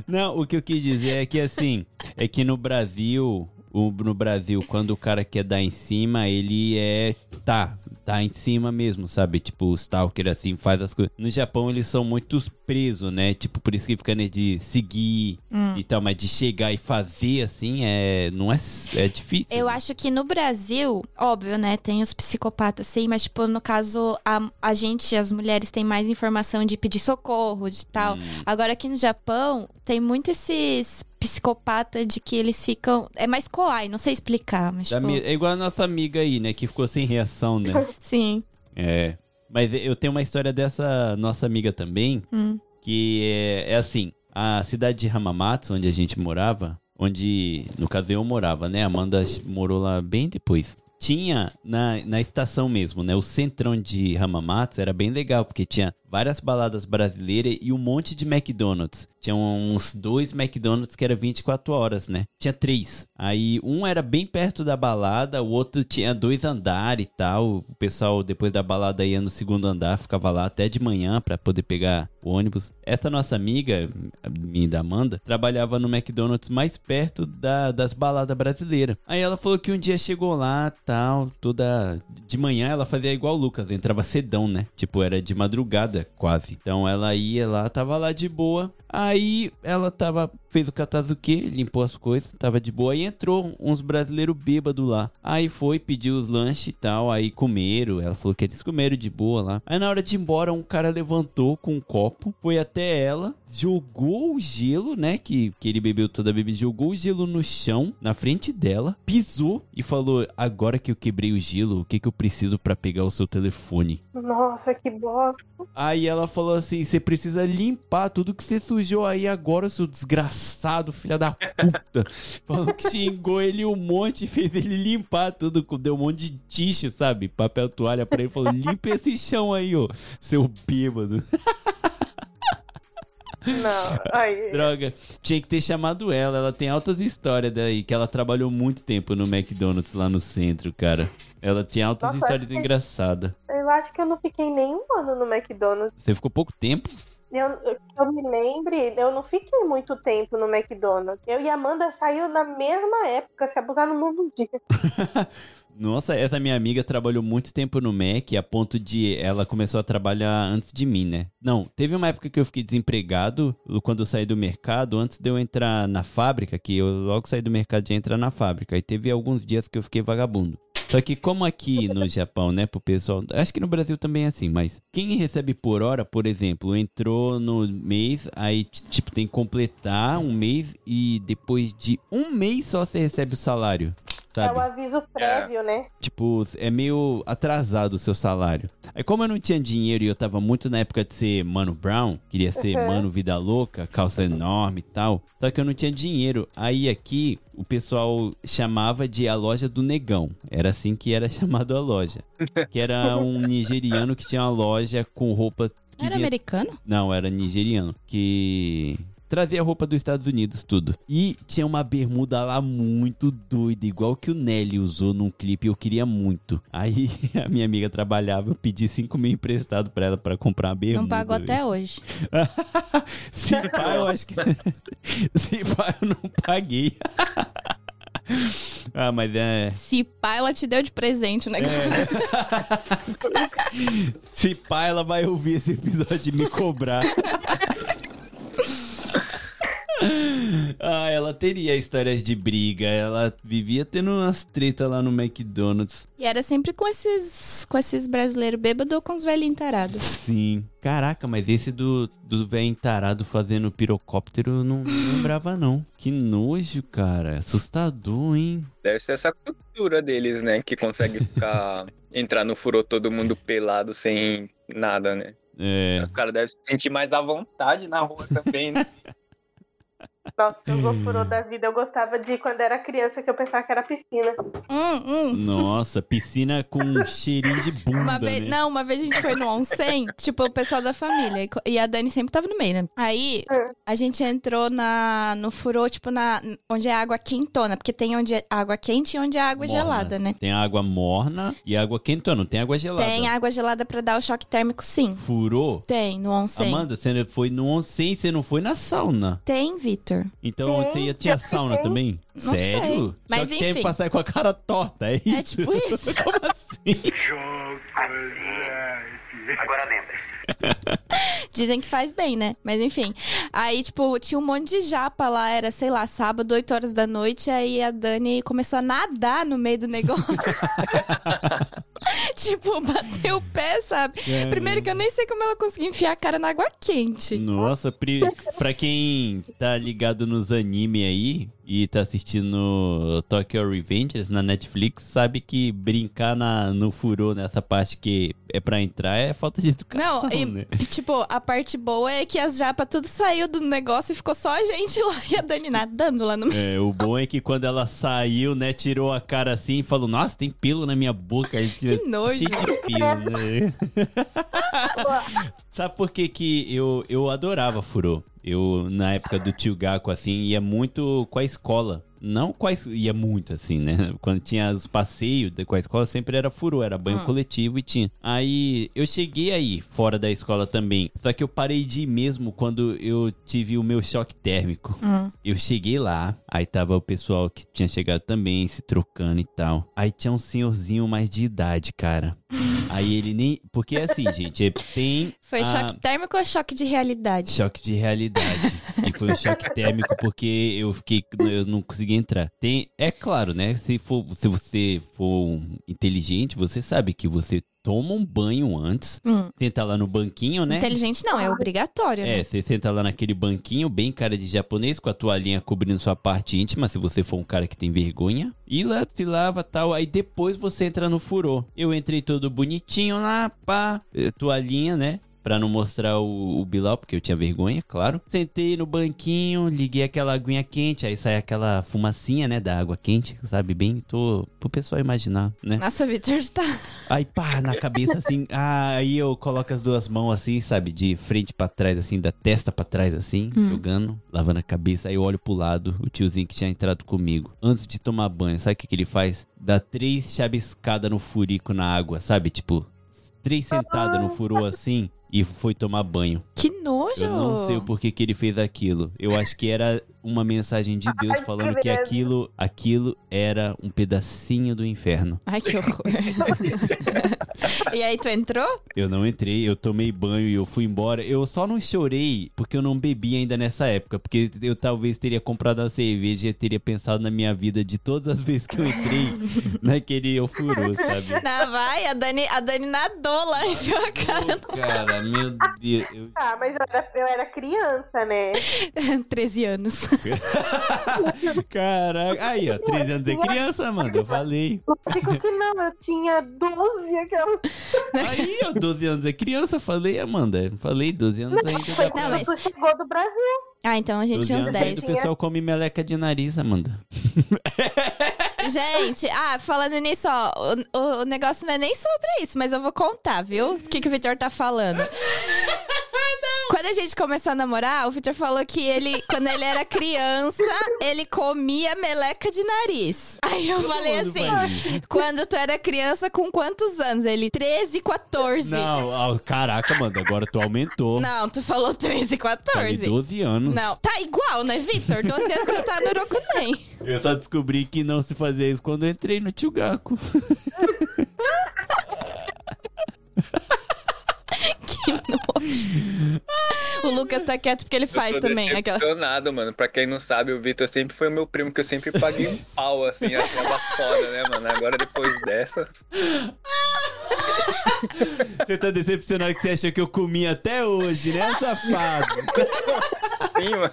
S3: Não, o que eu quis dizer é que assim, é que no Brasil, o- no Brasil, quando o cara quer dar em cima, ele é tá, tá em cima mesmo, sabe? Tipo, o stalker assim faz as coisas. No Japão eles são muito presos, né? Tipo, por isso que fica né, de seguir
S4: Hum.
S3: e tal, mas de chegar e fazer assim é não é é difícil.
S4: Eu
S3: né?
S4: acho que no Brasil, óbvio, né? Tem os psicopatas, sim, mas, tipo, no caso, a, a gente, as mulheres, tem mais informação de pedir socorro, de tal.
S3: Hum,
S4: Agora, aqui no Japão, tem muito esses psicopatas de que eles ficam. É mais coai, não sei explicar, mas.
S3: da
S4: Tipo,
S3: mi- é igual a nossa amiga aí, né, que ficou sem reação, né?
S4: [LAUGHS] Sim.
S3: É. Mas eu tenho uma história dessa nossa amiga também,
S4: Hum.
S3: que é, é assim, a cidade de Hamamatsu, onde a gente morava, onde, no caso, eu morava, né? A Amanda ch- morou lá bem depois. Tinha na, na estação mesmo, né? O centrão de Hamamatsu era bem legal, porque tinha várias baladas brasileiras e um monte de McDonald's. Tinha uns dois McDonald's que era 24 horas, né? Tinha três. Aí um era bem perto da balada, o outro tinha dois andares e tal. O pessoal depois da balada ia no segundo andar, ficava lá até de manhã pra poder pegar o ônibus. Essa nossa amiga, a minha e da Amanda, trabalhava no McDonald's mais perto da- das baladas brasileiras. Aí ela falou que um dia chegou lá, tal, toda. De manhã ela fazia igual o Lucas, entrava cedão, né? Tipo, era de madrugada quase. Então ela ia lá, tava lá de boa. Aí ela tava. Fez o catazuque, limpou as coisas, tava de boa. Aí entrou uns brasileiros bêbados lá. Aí foi, pediu os lanches e tal. Aí comeram. Ela falou que eles comeram de boa lá. Aí na hora de ir embora, um cara levantou com um copo, foi até ela, jogou o gelo, né? Que, que ele bebeu toda a bebida, jogou o gelo no chão, na frente dela, pisou e falou: Agora que eu quebrei o gelo, o que, que eu preciso pra pegar o seu telefone?
S4: [LAUGHS]
S1: Nossa, que bosta.
S3: Aí ela falou assim: você precisa limpar tudo que você sujou aí agora, seu desgraçado, filha da puta. [LAUGHS] falou que xingou ele um monte, [LAUGHS] fez ele limpar tudo, com- deu um monte de tiche, sabe? Papel toalha pra ele, falou: limpa esse chão aí, ô, seu bêbado.
S1: Não. Aí.
S3: Droga, tinha que ter chamado ela. Ela tem altas histórias daí, que ela trabalhou muito tempo no McDonald's lá no centro, cara. Ela tinha altas
S1: Nossa,
S3: histórias
S1: acho que-
S3: engraçadas.
S1: Eu acho que eu não fiquei nem um ano no McDonald's.
S3: Você ficou pouco tempo?
S1: Eu, eu- que eu me lembre, eu não fiquei muito tempo no McDonald's. Eu e a Amanda saiu na mesma época, se abusar no mesmo dia.
S3: Nossa, essa minha amiga trabalhou muito tempo no Mac, a ponto de ela começou a trabalhar antes de mim, né? Não, teve uma época que eu fiquei desempregado quando eu saí do mercado, antes de eu entrar na fábrica, que eu logo saí do mercado de entrar na fábrica. E teve alguns dias que eu fiquei vagabundo. Só que como aqui no Japão, né, pro pessoal, acho que no Brasil também é assim, mas quem recebe por hora, por exemplo, entrou no mês, aí t- tipo tem que completar um mês e depois de um mês só você recebe o salário,
S1: É
S3: sabe?
S1: o aviso prévio, né?
S3: Tipo, é meio atrasado o seu salário. Aí, como eu não tinha dinheiro e eu tava muito na época de ser Mano Brown, queria ser
S1: Uhum.
S3: Mano Vida Louca, calça enorme e tal, só que eu não tinha dinheiro. Aí aqui, o pessoal chamava de a loja do negão. Era assim que era [LAUGHS] chamado a loja. Que era um nigeriano que tinha uma loja com roupa. Que
S4: Era
S3: vinha
S4: americano?
S3: não, era nigeriano. Que trazia roupa dos Estados Unidos, tudo. E tinha uma bermuda lá muito doida, igual que o Nelly usou num clipe, eu queria muito. Aí [LAUGHS] a minha amiga trabalhava, eu pedi 5 mil emprestado pra ela pra comprar uma bermuda.
S4: Não pagou
S3: velho.
S4: até hoje.
S3: [LAUGHS] Se pá, eu acho que. [LAUGHS] Se pá, eu não paguei. [LAUGHS] ah, mas é.
S4: Se pá, ela te deu de presente o negócio.
S3: Se pá, ela vai ouvir esse episódio e me cobrar. Ah, ela teria histórias de briga. Ela vivia tendo umas tretas lá no McDonald's.
S4: E era sempre com esses, com esses brasileiros bêbados ou com os velhinhos tarados.
S3: Sim. Caraca, mas esse do, do velho tarado fazendo pirocóptero eu não lembrava, não. Que nojo, cara. Assustador, hein?
S5: Deve ser essa cultura deles, né? Que consegue ficar. [LAUGHS] entrar no furor todo mundo pelado sem nada, né?
S3: É.
S5: Os caras devem se sentir mais à vontade na rua também, né?
S1: Nossa, eu gofurou da vida. Eu gostava de quando era criança que eu pensava que era piscina.
S4: Hum, hum.
S3: Nossa, piscina com um cheirinho de bunda,
S4: Uma vez,
S3: né?
S4: Não, uma vez a gente foi
S3: [LAUGHS]
S4: no onsen, tipo, o pessoal da família. e co- E a Dani sempre tava no meio, né? Aí, a gente entrou na, no furô, tipo, na, onde é água quentona. Porque tem onde é água quente e onde é água
S3: Morna.
S4: gelada, né?
S3: Tem água morna e água quentona, tem água gelada.
S4: Tem água gelada pra dar o choque térmico, sim.
S3: Furou?
S4: Tem, no onsen.
S3: Amanda, você foi no onsen, você não foi na sauna.
S4: Tem, Vitor.
S3: Então
S1: Tem,
S3: você ia tinha
S1: já
S3: sauna
S1: fiquei.
S3: também?
S4: Não
S3: Sério?
S4: sei. Mas
S3: Só que teve
S4: enfim.
S3: pra sair com a cara torta, é isso?
S4: É tipo
S3: [LAUGHS]
S4: isso.
S3: Como
S4: [LAUGHS]
S3: assim?
S2: Agora lembra.
S4: Dizem que faz bem, né? Mas enfim. Aí, tipo, tinha um monte de japa lá, era, sei lá, sábado, 8 horas da noite. Aí a Dani começou a nadar no meio
S3: [LAUGHS]
S4: do negócio. tipo, bateu o pé, sabe?
S3: Cara.
S4: Primeiro que eu nem sei como ela conseguiu enfiar a cara na água quente.
S3: Nossa, pri... pra quem tá ligado nos anime aí e tá assistindo Tokyo Revengers na Netflix, sabe que brincar na, no furô nessa parte que é pra entrar é falta de educação,
S4: Não, e,
S3: né?
S4: tipo, a parte boa é que as japas tudo saiu do negócio e ficou só a gente lá e a Dani nadando lá no meio.
S3: É, o bom é que quando ela saiu, né, tirou a cara assim e falou, nossa, tem pelo na minha boca. Aí, tinha-
S4: Que nojo.
S3: Cheio de pelo, né? [LAUGHS] Sabe por que que eu, eu adorava furô? Eu, na época do tio Gaco, assim, ia muito com a escola. Não com a es- ia muito, assim, né? [LAUGHS] Quando tinha os passeios de- com a escola, sempre era furô, era banho
S4: Hum.
S3: coletivo e tinha. Aí, eu cheguei aí, fora da escola também. Só que eu parei de ir mesmo quando eu tive o meu choque térmico.
S4: Hum.
S3: Eu cheguei lá, aí tava o pessoal que tinha chegado também, se trocando e tal. Aí tinha um senhorzinho mais de idade, cara. Aí ele nem. Porque é assim, gente, é- tem.
S4: Foi
S3: a-
S4: choque térmico ou choque de realidade?
S3: Choque de realidade. E foi um choque térmico porque eu fiquei. Eu não consegui entrar. Tem, é claro, né? Se, for, se você for um inteligente, você sabe que você toma um banho antes,
S4: Hum.
S3: senta lá no banquinho, né?
S4: Inteligente não, é obrigatório. né?
S3: É, você senta lá naquele banquinho, bem cara de japonês, com a toalhinha cobrindo sua parte íntima, se você for um cara que tem vergonha. E lá se lava tal, aí depois você entra no furô. Eu entrei todo bonitinho lá, pá, eh, toalhinha, né? Pra não mostrar o, o Bilal, porque eu tinha vergonha, claro. Sentei no banquinho, liguei aquela aguinha quente, aí sai aquela fumacinha, né, da água quente, sabe bem? Tô pro pessoal imaginar, né?
S4: Nossa, Vitor tá.
S3: Aí pá, na cabeça assim, ah, aí eu coloco as duas mãos assim, sabe, de frente pra trás assim, da testa pra trás assim,
S4: Hum.
S3: jogando, lavando a cabeça, aí eu olho pro lado, o tiozinho que tinha entrado comigo. Antes de tomar banho, sabe o que, que ele faz? Dá três chapiscadas no furico na água, sabe? Tipo, três sentadas no furô assim e foi tomar banho.
S4: Que nojo!
S3: Eu não sei o porquê que ele fez aquilo. Eu acho que era uma mensagem de Deus
S1: Ai,
S3: falando
S1: que
S3: que
S1: beleza.
S3: aquilo, aquilo era um pedacinho do inferno.
S4: Ai, que horror. e aí, tu entrou?
S3: Eu não entrei, eu tomei banho e eu fui embora. Eu só não chorei porque eu não bebi ainda nessa época. Porque eu talvez teria comprado a cerveja e teria pensado na minha vida de todas as vezes que eu entrei naquele eu furou, sabe?
S4: Não, vai, a Dani, a Dani nadou lá, enfiou a
S3: [LAUGHS]
S4: cara.
S3: Ô, cara, meu Deus. eu-
S1: Ah, mas eu era, eu era criança, né?
S4: 13 anos.
S3: Caraca. Aí, ó, 13 anos é criança, mano. Eu falei.
S1: Lógico que não, eu tinha 12, aquelas.
S3: Aí, ó, 12 anos é criança. Falei, Amanda. Falei, 12 anos ainda dá pra...
S4: Não, mas-
S1: Tu chegou do Brasil.
S4: Ah, então a gente
S3: 12
S4: tinha uns
S3: anos ainda
S4: 10.
S3: o pessoal come meleca de nariz, Amanda.
S4: Gente, ah, falando nisso, ó, o, o- o negócio não é nem sobre isso, mas eu vou contar, viu? O que, que o Vitor tá falando. Quando a gente começou a namorar, o Vitor falou que ele, quando ele era criança, ele comia meleca de nariz. Aí eu falei
S3: mundo
S4: assim:
S3: faz isso.
S4: quando tu era criança, com quantos anos? Ele, 13, 14.
S3: Não, ó, caraca, Amanda, agora tu aumentou.
S4: Não, tu falou 13,
S3: Falei
S4: 14.
S3: 12 anos.
S4: Não, tá igual, né, Vitor? 12 anos já tá no [LAUGHS] Urucunem.
S3: Eu só descobri que não se fazia isso quando eu entrei no Tio Gaco.
S4: Que nojo. O Lucas tá quieto porque ele faz
S5: eu tô
S4: também. né, Aquela...
S5: decepcionado, mano. Pra quem não sabe, o Vitor sempre foi meu primo, que eu sempre paguei um pau, assim, a
S4: [LAUGHS]
S5: trava foda, né, mano? Agora, depois dessa...
S3: [LAUGHS] Você tá decepcionado que você achou que eu comi até hoje, né, safado?
S5: Sim, mano.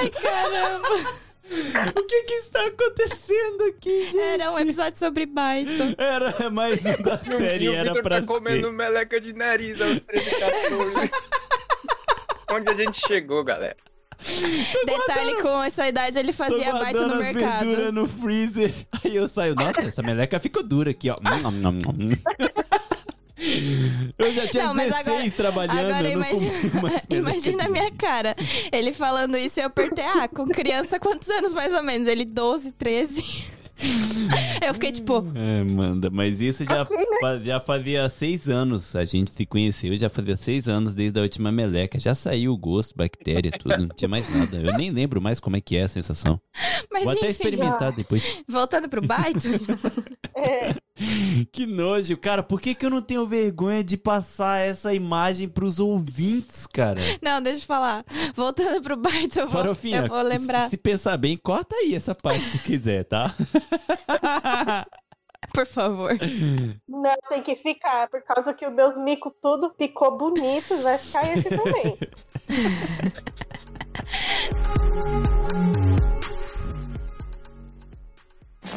S4: Ai, caramba.
S3: [LAUGHS] o que que está acontecendo aqui, gente?
S4: Era um episódio
S3: [LAUGHS]
S4: sobre baito.
S3: Era mais um da série,
S5: e o
S3: era
S5: Vitor
S3: pra
S5: tá comendo
S3: ser.
S5: meleca de nariz aos 13, 14. Onde a gente chegou, galera?
S4: Detalhe, com essa idade ele
S3: Tô
S4: fazia baito
S3: guardando
S4: no
S3: as
S4: [LAUGHS]
S3: verduras
S4: mercado.
S3: no [LAUGHS] freezer. Aí eu saio, nossa, essa meleca ficou dura aqui, ó. Nom, nom, nom,
S4: [LAUGHS]
S3: nom. Eu já tinha
S4: Não, mas
S3: 16
S4: agora-
S3: trabalhando,
S4: Agora
S3: eu não comi
S4: imagina, [LAUGHS]
S3: mais meleca.
S4: imagina a minha cara. Ele falando isso e eu apertei, ah, com criança quantos anos mais ou menos? Ele 12, 13. [LAUGHS] Eu fiquei tipo,
S3: É, manda, mas isso já,
S1: Ok, né?
S3: fa- já fazia seis anos. A gente se conheceu, já fazia seis anos desde a última meleca. Já saiu o gosto, bactéria, tudo, não tinha mais nada. Eu nem lembro mais como é que é a sensação.
S4: mas
S3: Vou até
S4: enfim,
S3: experimentar depois.
S4: voltando pro baito, [LAUGHS]
S1: É,
S3: Que nojo, cara. Por que, que eu não tenho vergonha de passar essa imagem pros ouvintes, cara?
S4: não, deixa eu falar. Voltando pro baito, eu [LAUGHS] vou,
S3: Farofinha,
S4: eu vou lembrar,
S3: se- se pensar bem, corta aí essa parte se quiser, tá?
S4: por favor.
S1: não, tem que ficar, por causa que os meus micos tudo ficou bonito, vai ficar esse também.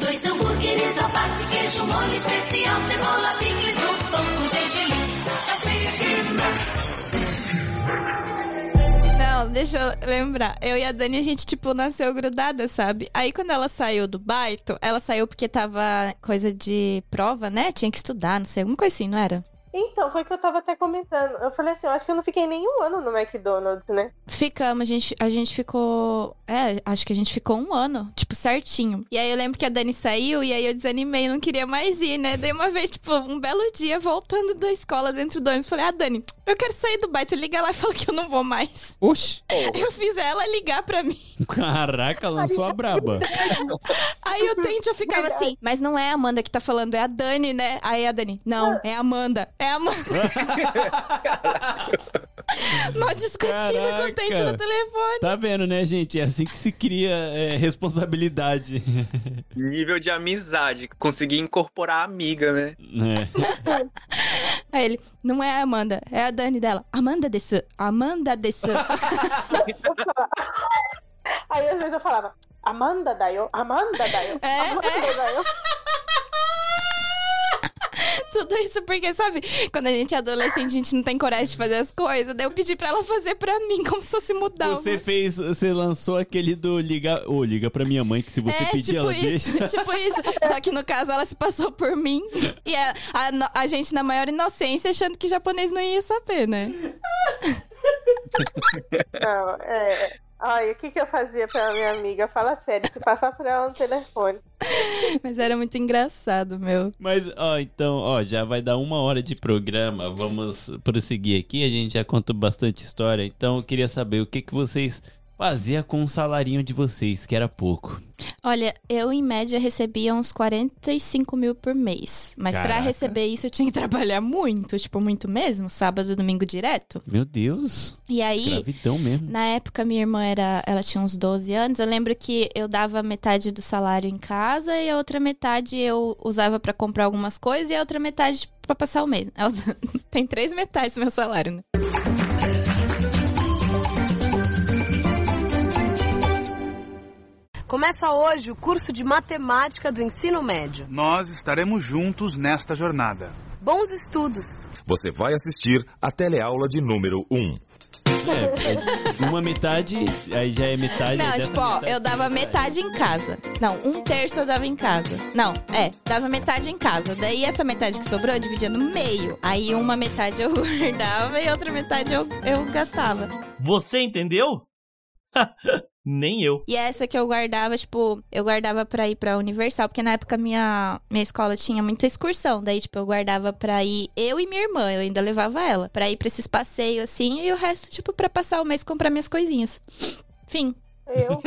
S7: Dois hambúrgueres, alface, queijo, molho especial, cebola, picles, um pão com gergelim.
S4: Não, deixa eu lembrar. Eu e a Dani, a gente, tipo, nasceu grudada, sabe? Aí quando ela saiu do baito, ela saiu porque tava coisa de prova, né? Tinha que estudar, não sei, alguma coisa assim, não era?
S1: Então, foi o que eu tava até comentando. Eu falei assim, eu acho que eu não fiquei nenhum ano no McDonald's, né?
S4: Ficamos, a gente, a gente ficou. É, acho que a gente ficou um ano, tipo, certinho. E aí eu lembro que a Dani saiu e aí eu desanimei, não queria mais ir, né? Daí uma vez, tipo, um belo dia, voltando da escola dentro do ônibus, falei, ah, Dani, eu quero sair do baito, liga lá e fala que eu não vou mais.
S3: Oxi!
S4: Eu fiz ela ligar pra mim.
S3: Caraca, lançou a braba.
S4: Aí eu tento, eu ficava assim, mas não é a Amanda que tá falando, é a Dani, né? Aí a Dani, não, é a Amanda, é a Amanda. Nós discutindo
S3: Caraca.
S4: contente no telefone.
S3: Tá vendo, né, gente? É assim que se cria é, responsabilidade. [LAUGHS]
S5: Nível de amizade. Consegui incorporar a amiga, né?
S3: né?
S4: Aí ele, não é a Amanda, é a Dani dela. Amanda desse, Amanda desse.
S1: Aí às vezes eu falava, Amanda Dayo, Amanda Dayo,
S4: É,
S1: Amanda Dayo.
S4: Tudo isso porque, sabe, quando a gente é adolescente, a gente não tem coragem de fazer as coisas. Daí eu pedi pra ela fazer pra mim, como se fosse mudar.
S3: Você fez, você lançou aquele do ligar, ô, liga pra minha mãe que se você
S4: é,
S3: pedir
S4: tipo
S3: ela
S4: isso,
S3: deixa.
S4: [LAUGHS] tipo isso. Só que no caso ela se passou por mim. E a, a no- a gente, na maior inocência, achando que japonês não ia saber, né?
S1: Não, é. Olha, o que, que eu fazia pra minha amiga? Fala sério, se passar por ela no telefone.
S4: Mas era muito engraçado, meu.
S3: [LAUGHS] Mas, ó, então, ó, já vai dar uma hora de programa. Vamos prosseguir aqui. A gente já contou bastante história. Então, eu queria saber o que, que vocês faziam com o salarinho de vocês, que era pouco.
S4: Olha, eu em média recebia uns 45 mil por mês. Mas pra
S3: Caraca.
S4: receber isso eu tinha que trabalhar muito, tipo, muito mesmo, sábado, domingo direto.
S3: Meu Deus,
S4: E aí,
S3: gravidão
S4: [LAUGHS]
S3: mesmo.
S4: Na época, minha irmã era, ela tinha uns 12 anos. Eu lembro que eu dava metade do salário em casa e a outra metade eu usava pra comprar algumas coisas e a outra metade pra passar o mês. [LAUGHS] Tem três metades do meu salário, né?
S8: Começa hoje o curso de matemática do ensino médio.
S9: Nós estaremos juntos nesta jornada.
S8: Bons estudos!
S10: Você vai assistir a teleaula de número 1.
S3: É, uma metade, aí já é metade. aí
S4: Não,
S3: dessa
S4: tipo, ó,
S3: metade
S4: eu dava
S3: já é
S4: metade em casa. Não, um terço eu dava em casa. Não, é, dava metade em casa. Daí essa metade que sobrou eu dividia no meio. Aí uma metade eu [LAUGHS] guardava e outra metade eu, eu gastava.
S6: Você entendeu? [LAUGHS] Nem eu.
S4: E é essa que eu guardava, tipo, eu guardava pra ir pra Universal, porque na época minha, minha escola tinha muita excursão. Daí, tipo, eu guardava pra ir eu e minha irmã, eu ainda levava ela, pra ir pra esses passeios assim, e o resto, tipo, pra passar o mês e comprar minhas coisinhas. Fim.
S1: Eu.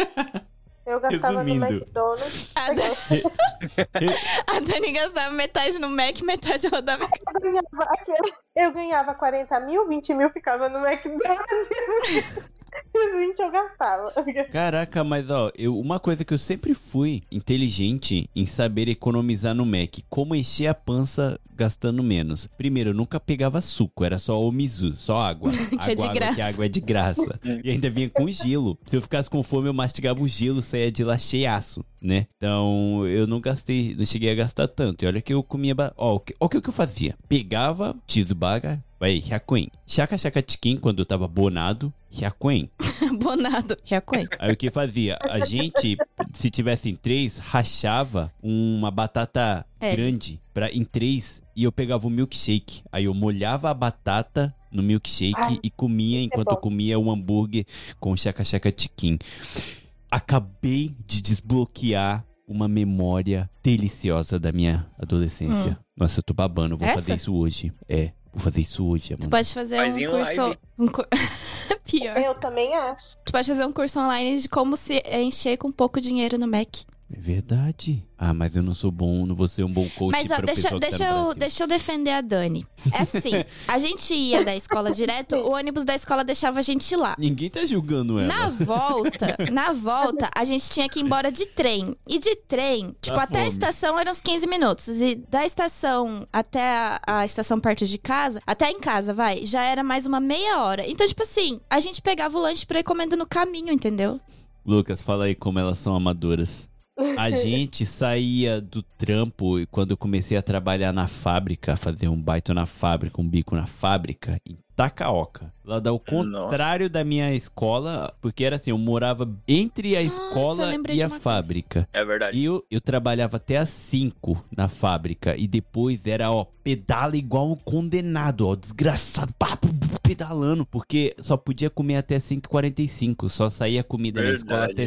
S1: Eu gastava no
S11: Resumindo.
S1: McDonald's.
S4: A, Dan- [LAUGHS] a Dani gastava metade no Mac, metade rodava.
S1: Eu ganhava, aquele- eu ganhava 40 mil, 20 mil ficava no McDonald's. [LAUGHS] E 20 eu gastava.
S3: Caraca, mas ó, eu, uma coisa que eu sempre fui inteligente em saber economizar no Mac, como encher a pança gastando menos. Primeiro, eu nunca pegava suco, era só o mizu, só
S4: [LAUGHS]
S3: água. água,
S4: é de
S3: água,
S4: graça.
S3: que água é de graça. e ainda vinha com gelo. Se eu ficasse com fome, eu mastigava o gelo, saía de lá cheiaço, né? Então, eu não gastei, não cheguei a gastar tanto. E olha que eu comia, ba- ó, o que, ó, o que que eu fazia? Pegava cheeseburger, vai, Hyakuen. Chaka Chaka Chicken, quando eu tava bonado, Hyakuen.
S4: [LAUGHS] Abonado. Reacuen.
S3: Aí o que fazia? A gente, se tivesse em três, rachava uma batata
S4: É.
S3: grande pra, em três e eu pegava o milkshake. Aí eu molhava a batata no milkshake
S4: Ah,
S1: Ai,
S3: e
S4: é
S3: comia enquanto
S1: bom.
S3: eu comia um hambúrguer com chaca-chaca tiquim. Acabei de desbloquear uma memória deliciosa da minha adolescência. Nossa, eu tô babando, eu vou
S4: Hum. Essa?
S3: fazer isso hoje. É, vou fazer isso hoje, amor.
S4: Tu pode fazer
S5: Faz
S4: um
S5: em
S4: curso.
S5: live.
S4: um cur- [LAUGHS] Pior.
S1: Eu também acho.
S4: Tu pode fazer um curso online de como se encher com pouco dinheiro no Mac.
S3: É verdade. Ah, mas eu não sou bom, não vou ser um bom coach
S4: Mas ó,
S3: para o
S4: deixa,
S3: pessoal que tá
S4: deixa,
S3: no
S4: eu,
S3: Brasil.
S4: deixa eu defender a Dani. É assim, a gente ia da escola direto, o ônibus da escola deixava a gente lá.
S3: Ninguém tá julgando ela.
S4: Na volta, na volta, a gente tinha que ir embora de trem. E de trem, tipo,
S3: Dá
S4: até a
S3: fome.
S4: estação eram uns 15 minutos. E da estação até a, a estação perto de casa, até em casa, vai, já era mais uma meia hora. Então, tipo assim, a gente pegava o lanche pra ir comendo no caminho, entendeu?
S3: Lucas, fala aí como elas são amadoras.
S4: [LAUGHS]
S3: A gente saía do trampo e quando eu comecei a trabalhar na fábrica, fazer um baito na fábrica, um bico na fábrica, em Tacaoca. Lá dá o contrário da minha escola, porque era assim, eu morava entre a
S4: Nossa, eu
S3: escola
S4: lembrei
S3: e
S4: de
S3: a
S4: uma coisa.
S3: fábrica.
S5: É verdade.
S3: E eu, eu trabalhava até às 5 na fábrica. E depois era, ó, pedala igual um condenado, ó, desgraçado, pá, pum, pum, pedalando. Porque só podia comer até 5h45. Só saía comida
S5: Verdade.
S3: na escola até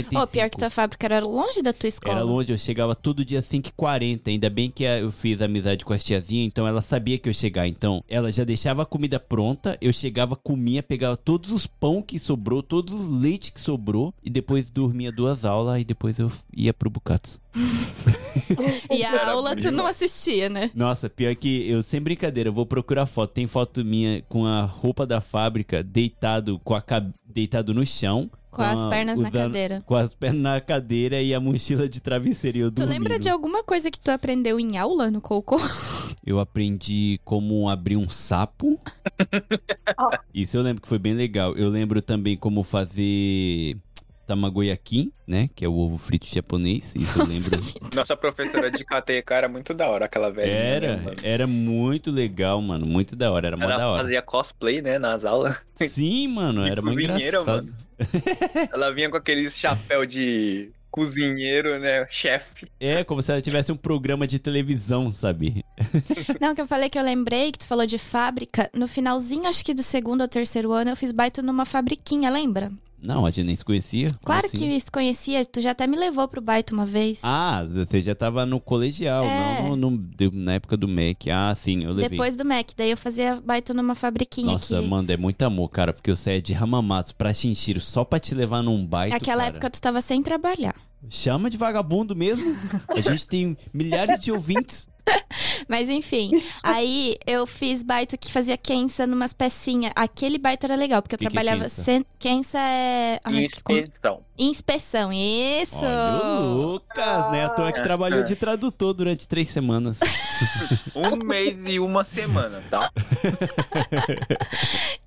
S3: 5h45.
S4: Ó, pior que tá tua fábrica era longe da tua escola.
S3: Era longe, eu chegava todo dia 5h40. Ainda bem que a- eu fiz amizade com a tiazinha, então ela sabia que eu ia chegar. Então, ela já deixava a comida pronta, eu chegava, comia, pegava todos os pão que sobrou, todos os leites que sobrou, e depois dormia duas aulas e depois eu f- ia pro Bucatos.
S4: E a
S5: Era
S4: aula tu
S5: bonito.
S4: não assistia, né?
S3: Nossa, pior que eu, sem brincadeira, eu vou procurar foto. Tem foto minha com a roupa da fábrica, deitado, com a, cab- deitado no chão.
S4: Com as
S3: a-
S4: pernas na
S3: usando-
S4: cadeira.
S3: Com as pernas na cadeira e a mochila de travesseiro. e Eu
S4: Tu
S3: dormindo.
S4: lembra de alguma coisa que tu aprendeu em aula no Cocô?
S3: Eu aprendi como abrir um sapo.
S1: Ó.
S3: Isso eu lembro que foi bem legal. Eu lembro também como fazer tamagoyaki, né? Que é o ovo frito japonês. Isso eu lembro.
S5: Nossa professora de KTK era muito da hora, aquela velha.
S3: Era,
S5: né, mano?
S3: era muito legal, mano. Muito da hora. Era mó
S5: Ela
S3: da hora.
S5: fazia cosplay, né, nas aulas.
S3: Sim, mano.
S5: De
S3: Era muito
S5: cozinheira,
S3: engraçado.
S5: [LAUGHS] Ela vinha com aqueles chapéu de cozinheiro, né, chefe.
S3: É, como se ela tivesse um programa de televisão, sabe?
S4: Não, que eu falei que eu lembrei que tu falou de fábrica. No finalzinho, acho que do segundo ou terceiro ano, eu fiz baito numa fabriquinha, lembra?
S3: Não, a gente nem se conhecia. como
S4: Claro
S3: assim?
S4: que se conhecia, tu já até me levou pro baito uma vez.
S3: Ah, você já tava no colegial,
S4: É.
S3: não no- no- na época do MEC. Ah, sim, eu levei.
S4: Depois do Mac, daí eu fazia baito numa fabriquinha
S3: Nossa,
S4: aqui.
S3: mano, é muito amor, cara, porque eu saía de Ramamatos pra Chinchiro só pra te levar num baito,
S4: Naquela
S3: cara.
S4: época tu tava sem trabalhar.
S3: Chama de vagabundo mesmo. a gente tem milhares de
S4: [LAUGHS]
S3: ouvintes.
S4: Mas enfim, aí eu fiz baito que fazia quensa numas pecinhas. Aquele baito era legal, porque eu
S3: Que que é
S4: trabalhava.
S3: quensa?
S4: sen- Quensa é. Ai, que com-
S5: Inspeção.
S4: Inspeção, isso!
S3: Olha o Lucas, né? A toa que trabalhou de tradutor durante três semanas.
S5: Um mês e uma semana, tá?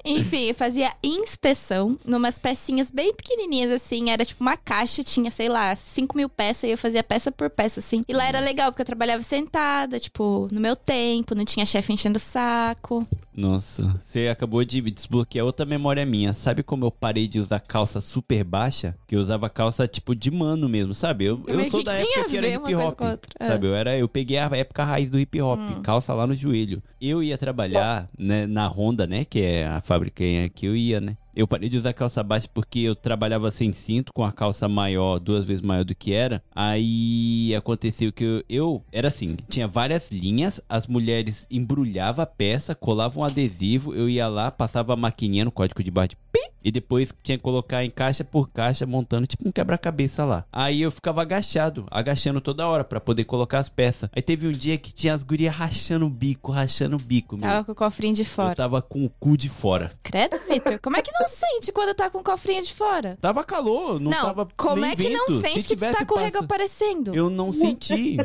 S4: Enfim, eu fazia inspeção numas pecinhas bem pequenininhas, assim. Era tipo uma caixa, tinha, sei lá, 5 mil peças e eu fazia peça por peça, assim. E lá era legal, porque eu trabalhava sentada, tipo, no meu tempo, não tinha chefe enchendo o saco.
S3: Nossa, você acabou de desbloquear outra memória minha. Sabe como eu parei de usar calça super baixa? Que eu usava calça tipo de mano mesmo, sabe? Eu, eu
S4: Mas
S3: sou
S4: que
S3: da
S4: que tem
S3: época
S4: a
S3: que era
S4: ver uma
S3: hip
S4: coisa
S3: hop.
S4: com a outra? É. Hum.
S3: Sabe? Eu, era, eu peguei a época raiz do hip hop, calça lá no joelho. Eu ia trabalhar né, na Honda, né? Que é a fábrica que eu ia, né? Eu parei de usar calça baixa porque eu trabalhava sem cinto, com a calça maior, duas vezes maior do que era. Aí aconteceu que eu, eu- era assim, tinha várias linhas, as mulheres embrulhavam a peça, colavam um adesivo, eu ia lá, passava a maquininha no código de barra de pi, E depois tinha que colocar em caixa por caixa, montando tipo um quebra-cabeça lá. Aí eu ficava agachado, agachando toda hora pra poder colocar as peças. Aí teve um dia que tinha as gurias rachando o bico, rachando o bico, meu.
S4: Tava com o cofrinho de fora.
S3: Eu tava com o cu de fora.
S4: Credo, Victor, como é que não sente quando tá com o cofrinho de fora?
S3: Tava calor, não, tava
S4: como
S3: nem
S4: é que não
S3: vento.
S4: sente
S3: Se
S4: que tu
S3: tivesse
S4: tá com o rego
S3: passa-
S4: aparecendo?
S3: Eu não
S4: [LAUGHS]
S3: senti.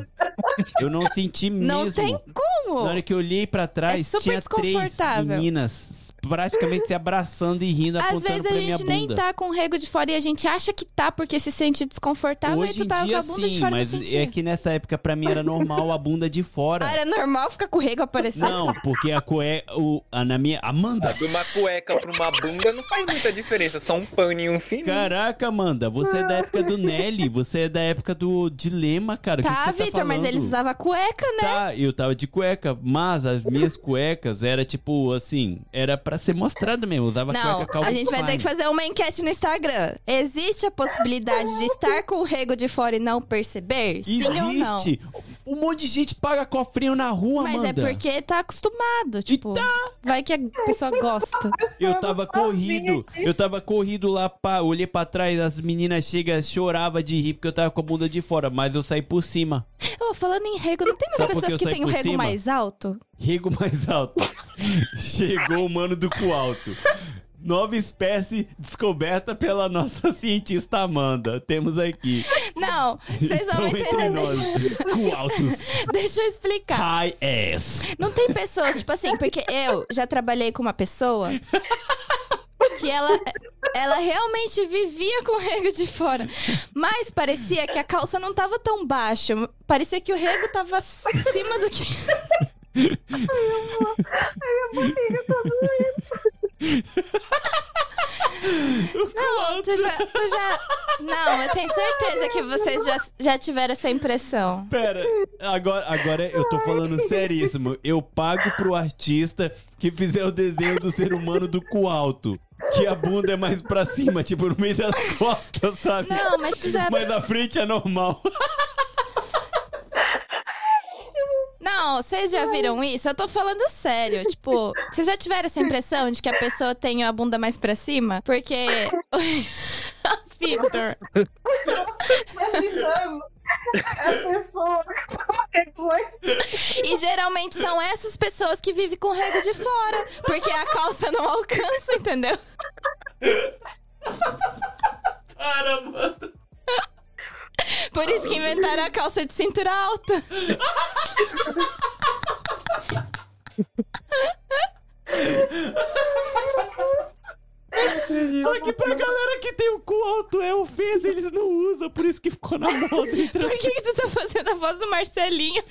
S3: Eu não senti mesmo.
S4: Não tem como!
S3: Na hora que eu olhei pra
S4: É
S3: trás,
S4: super
S3: tinha três
S4: desconfortável.
S3: meninas praticamente se abraçando e rindo,
S4: Às
S3: tá apontando
S4: vezes a
S3: pra minha
S4: gente nem
S3: bunda.
S4: tá com o rego de fora e a gente acha que tá porque se sente desconfortável
S3: Hoje
S4: e
S3: em
S4: Tá, tu tava
S3: dia
S4: com a bunda de
S3: sim,
S4: fora e não
S3: mas
S4: sentia.
S3: é que nessa época pra mim era normal a bunda de fora.
S4: Ah, era normal ficar com o rego aparecendo?
S3: Não, porque a cueca. O, a, na minha. Amanda!
S5: De uma cueca pra uma bunda não faz muita diferença, só um pano e um fininho.
S3: Caraca, Amanda, você é da época do Nelly, você é da época do Dilema, cara. o que
S4: tá,
S3: que você
S4: Victor, mas
S3: falando?
S4: eles usavam cueca, né?
S3: Tá, eu tava de cueca, mas as minhas cuecas era tipo assim, era pra ser mostrado mesmo. Eu usava
S4: Não,
S3: cueca Calvin
S4: a gente vai ter
S3: Klein.
S4: que fazer uma enquete no Instagram. Existe a possibilidade de estar com o rego de fora e não perceber? Sim ou não?
S3: Existe! Um monte de gente paga cofrinho na rua,
S4: Mas é
S3: Amanda. tá.
S4: porque tá acostumado, tipo, vai que a pessoa gosta.
S3: Eu tava corrido, eu tava corrido lá, pá, olhei pra trás, as meninas chegam, chorava de rir porque eu tava com a bunda de fora, mas eu saí por cima.
S4: Ô, falando em rego, não tem mais
S3: Sabe por que
S4: pessoas
S3: eu
S4: que
S3: saí
S4: têm o
S3: por
S4: rego
S3: cima?
S4: mais alto?
S3: Rego mais alto. [LAUGHS] Chegou o mano do cu alto. Nova espécie descoberta pela nossa [LAUGHS] cientista Amanda. Temos aqui.
S4: Não, vocês
S3: [LAUGHS] Estão
S4: vão
S3: entre
S4: entender.
S3: nós.
S4: Deixa,
S3: Cu altos.
S4: deixa eu explicar.
S3: High ass.
S4: Não tem pessoas, tipo assim, porque eu já trabalhei com uma pessoa que ela, ela realmente vivia com o rego de fora. Mas parecia que a calça não tava tão baixa. Parecia que o rego tava acima do que. Não, tu já, tu já. Não, eu tenho certeza que vocês já, já tiveram essa impressão.
S3: Pera, agora, agora eu tô falando seríssimo. Eu pago pro artista que fizer o desenho do ser humano do cu alto. Que a bunda é mais pra cima, tipo no meio das [LAUGHS] costas, sabe?
S4: Não, mas tu já.
S3: Mas na frente é
S4: [LAUGHS]
S3: normal.
S4: Não, vocês já viram isso? Eu tô falando sério. Tipo, vocês já tiveram essa impressão de que a pessoa tem a bunda mais pra cima? Porque. [LAUGHS] Vitor.
S1: Imaginando então, a pessoa [LAUGHS] com o
S4: E geralmente são essas pessoas que vivem com o rego de fora. Porque a calça não alcança, entendeu?
S3: Para, mano.
S4: Por isso que inventaram a calça de cintura alta.
S3: Só que pra galera que tem o cu alto é ofensa, eles não usam, por isso que ficou na moda. Entre...
S4: Por que, que tu tá fazendo a voz do Marcelinho?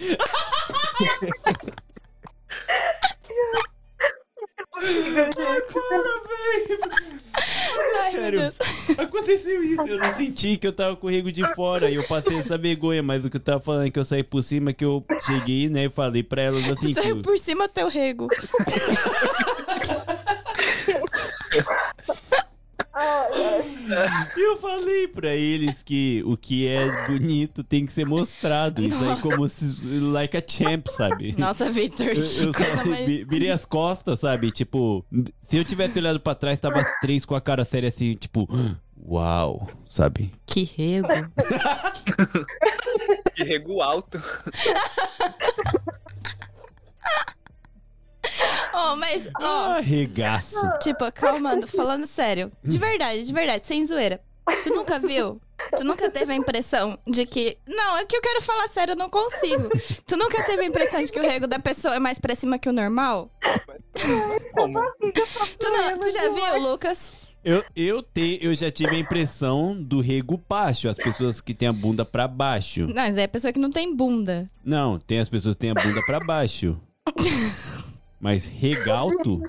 S4: Ai, meu
S3: Sério.
S4: Deus.
S3: Aconteceu isso, eu não senti que eu tava com o rego de fora e eu passei essa vergonha, mas o que eu tava falando é que eu saí por cima, que eu cheguei, né, e falei pra elas assim. que
S4: Saiu
S3: eu-
S4: por cima do teu rego.
S3: E eu falei pra eles que o que é bonito tem que ser mostrado. Isso aí como se, like a champ, sabe?
S4: Nossa, Vitor.
S3: Eu, eu
S4: que coisa
S3: só
S4: mais-
S3: vi- virei as costas, sabe? Tipo, se eu tivesse olhado pra trás, tava as três com a cara séria assim, tipo, uau, sabe?
S4: Que rego.
S5: De rego alto.
S4: Oh, mas, ó,
S3: Ah, regaço.
S4: tipo, calmando, falando sério. De verdade, de verdade, sem zoeira. Tu nunca viu? Tu nunca teve a impressão de que. Não, é que eu quero falar sério, eu não consigo. Tu nunca teve a impressão de que o rego da pessoa é mais pra cima que o normal?
S5: Como?
S4: Tu, não, tu já viu, Lucas?
S3: Eu, eu, te, eu já tive a impressão do rego baixo, as pessoas que têm a bunda pra baixo.
S4: Mas é a pessoa que não tem bunda.
S3: Não, tem as pessoas que têm a bunda pra
S4: [LAUGHS]
S3: baixo. Mas regalto?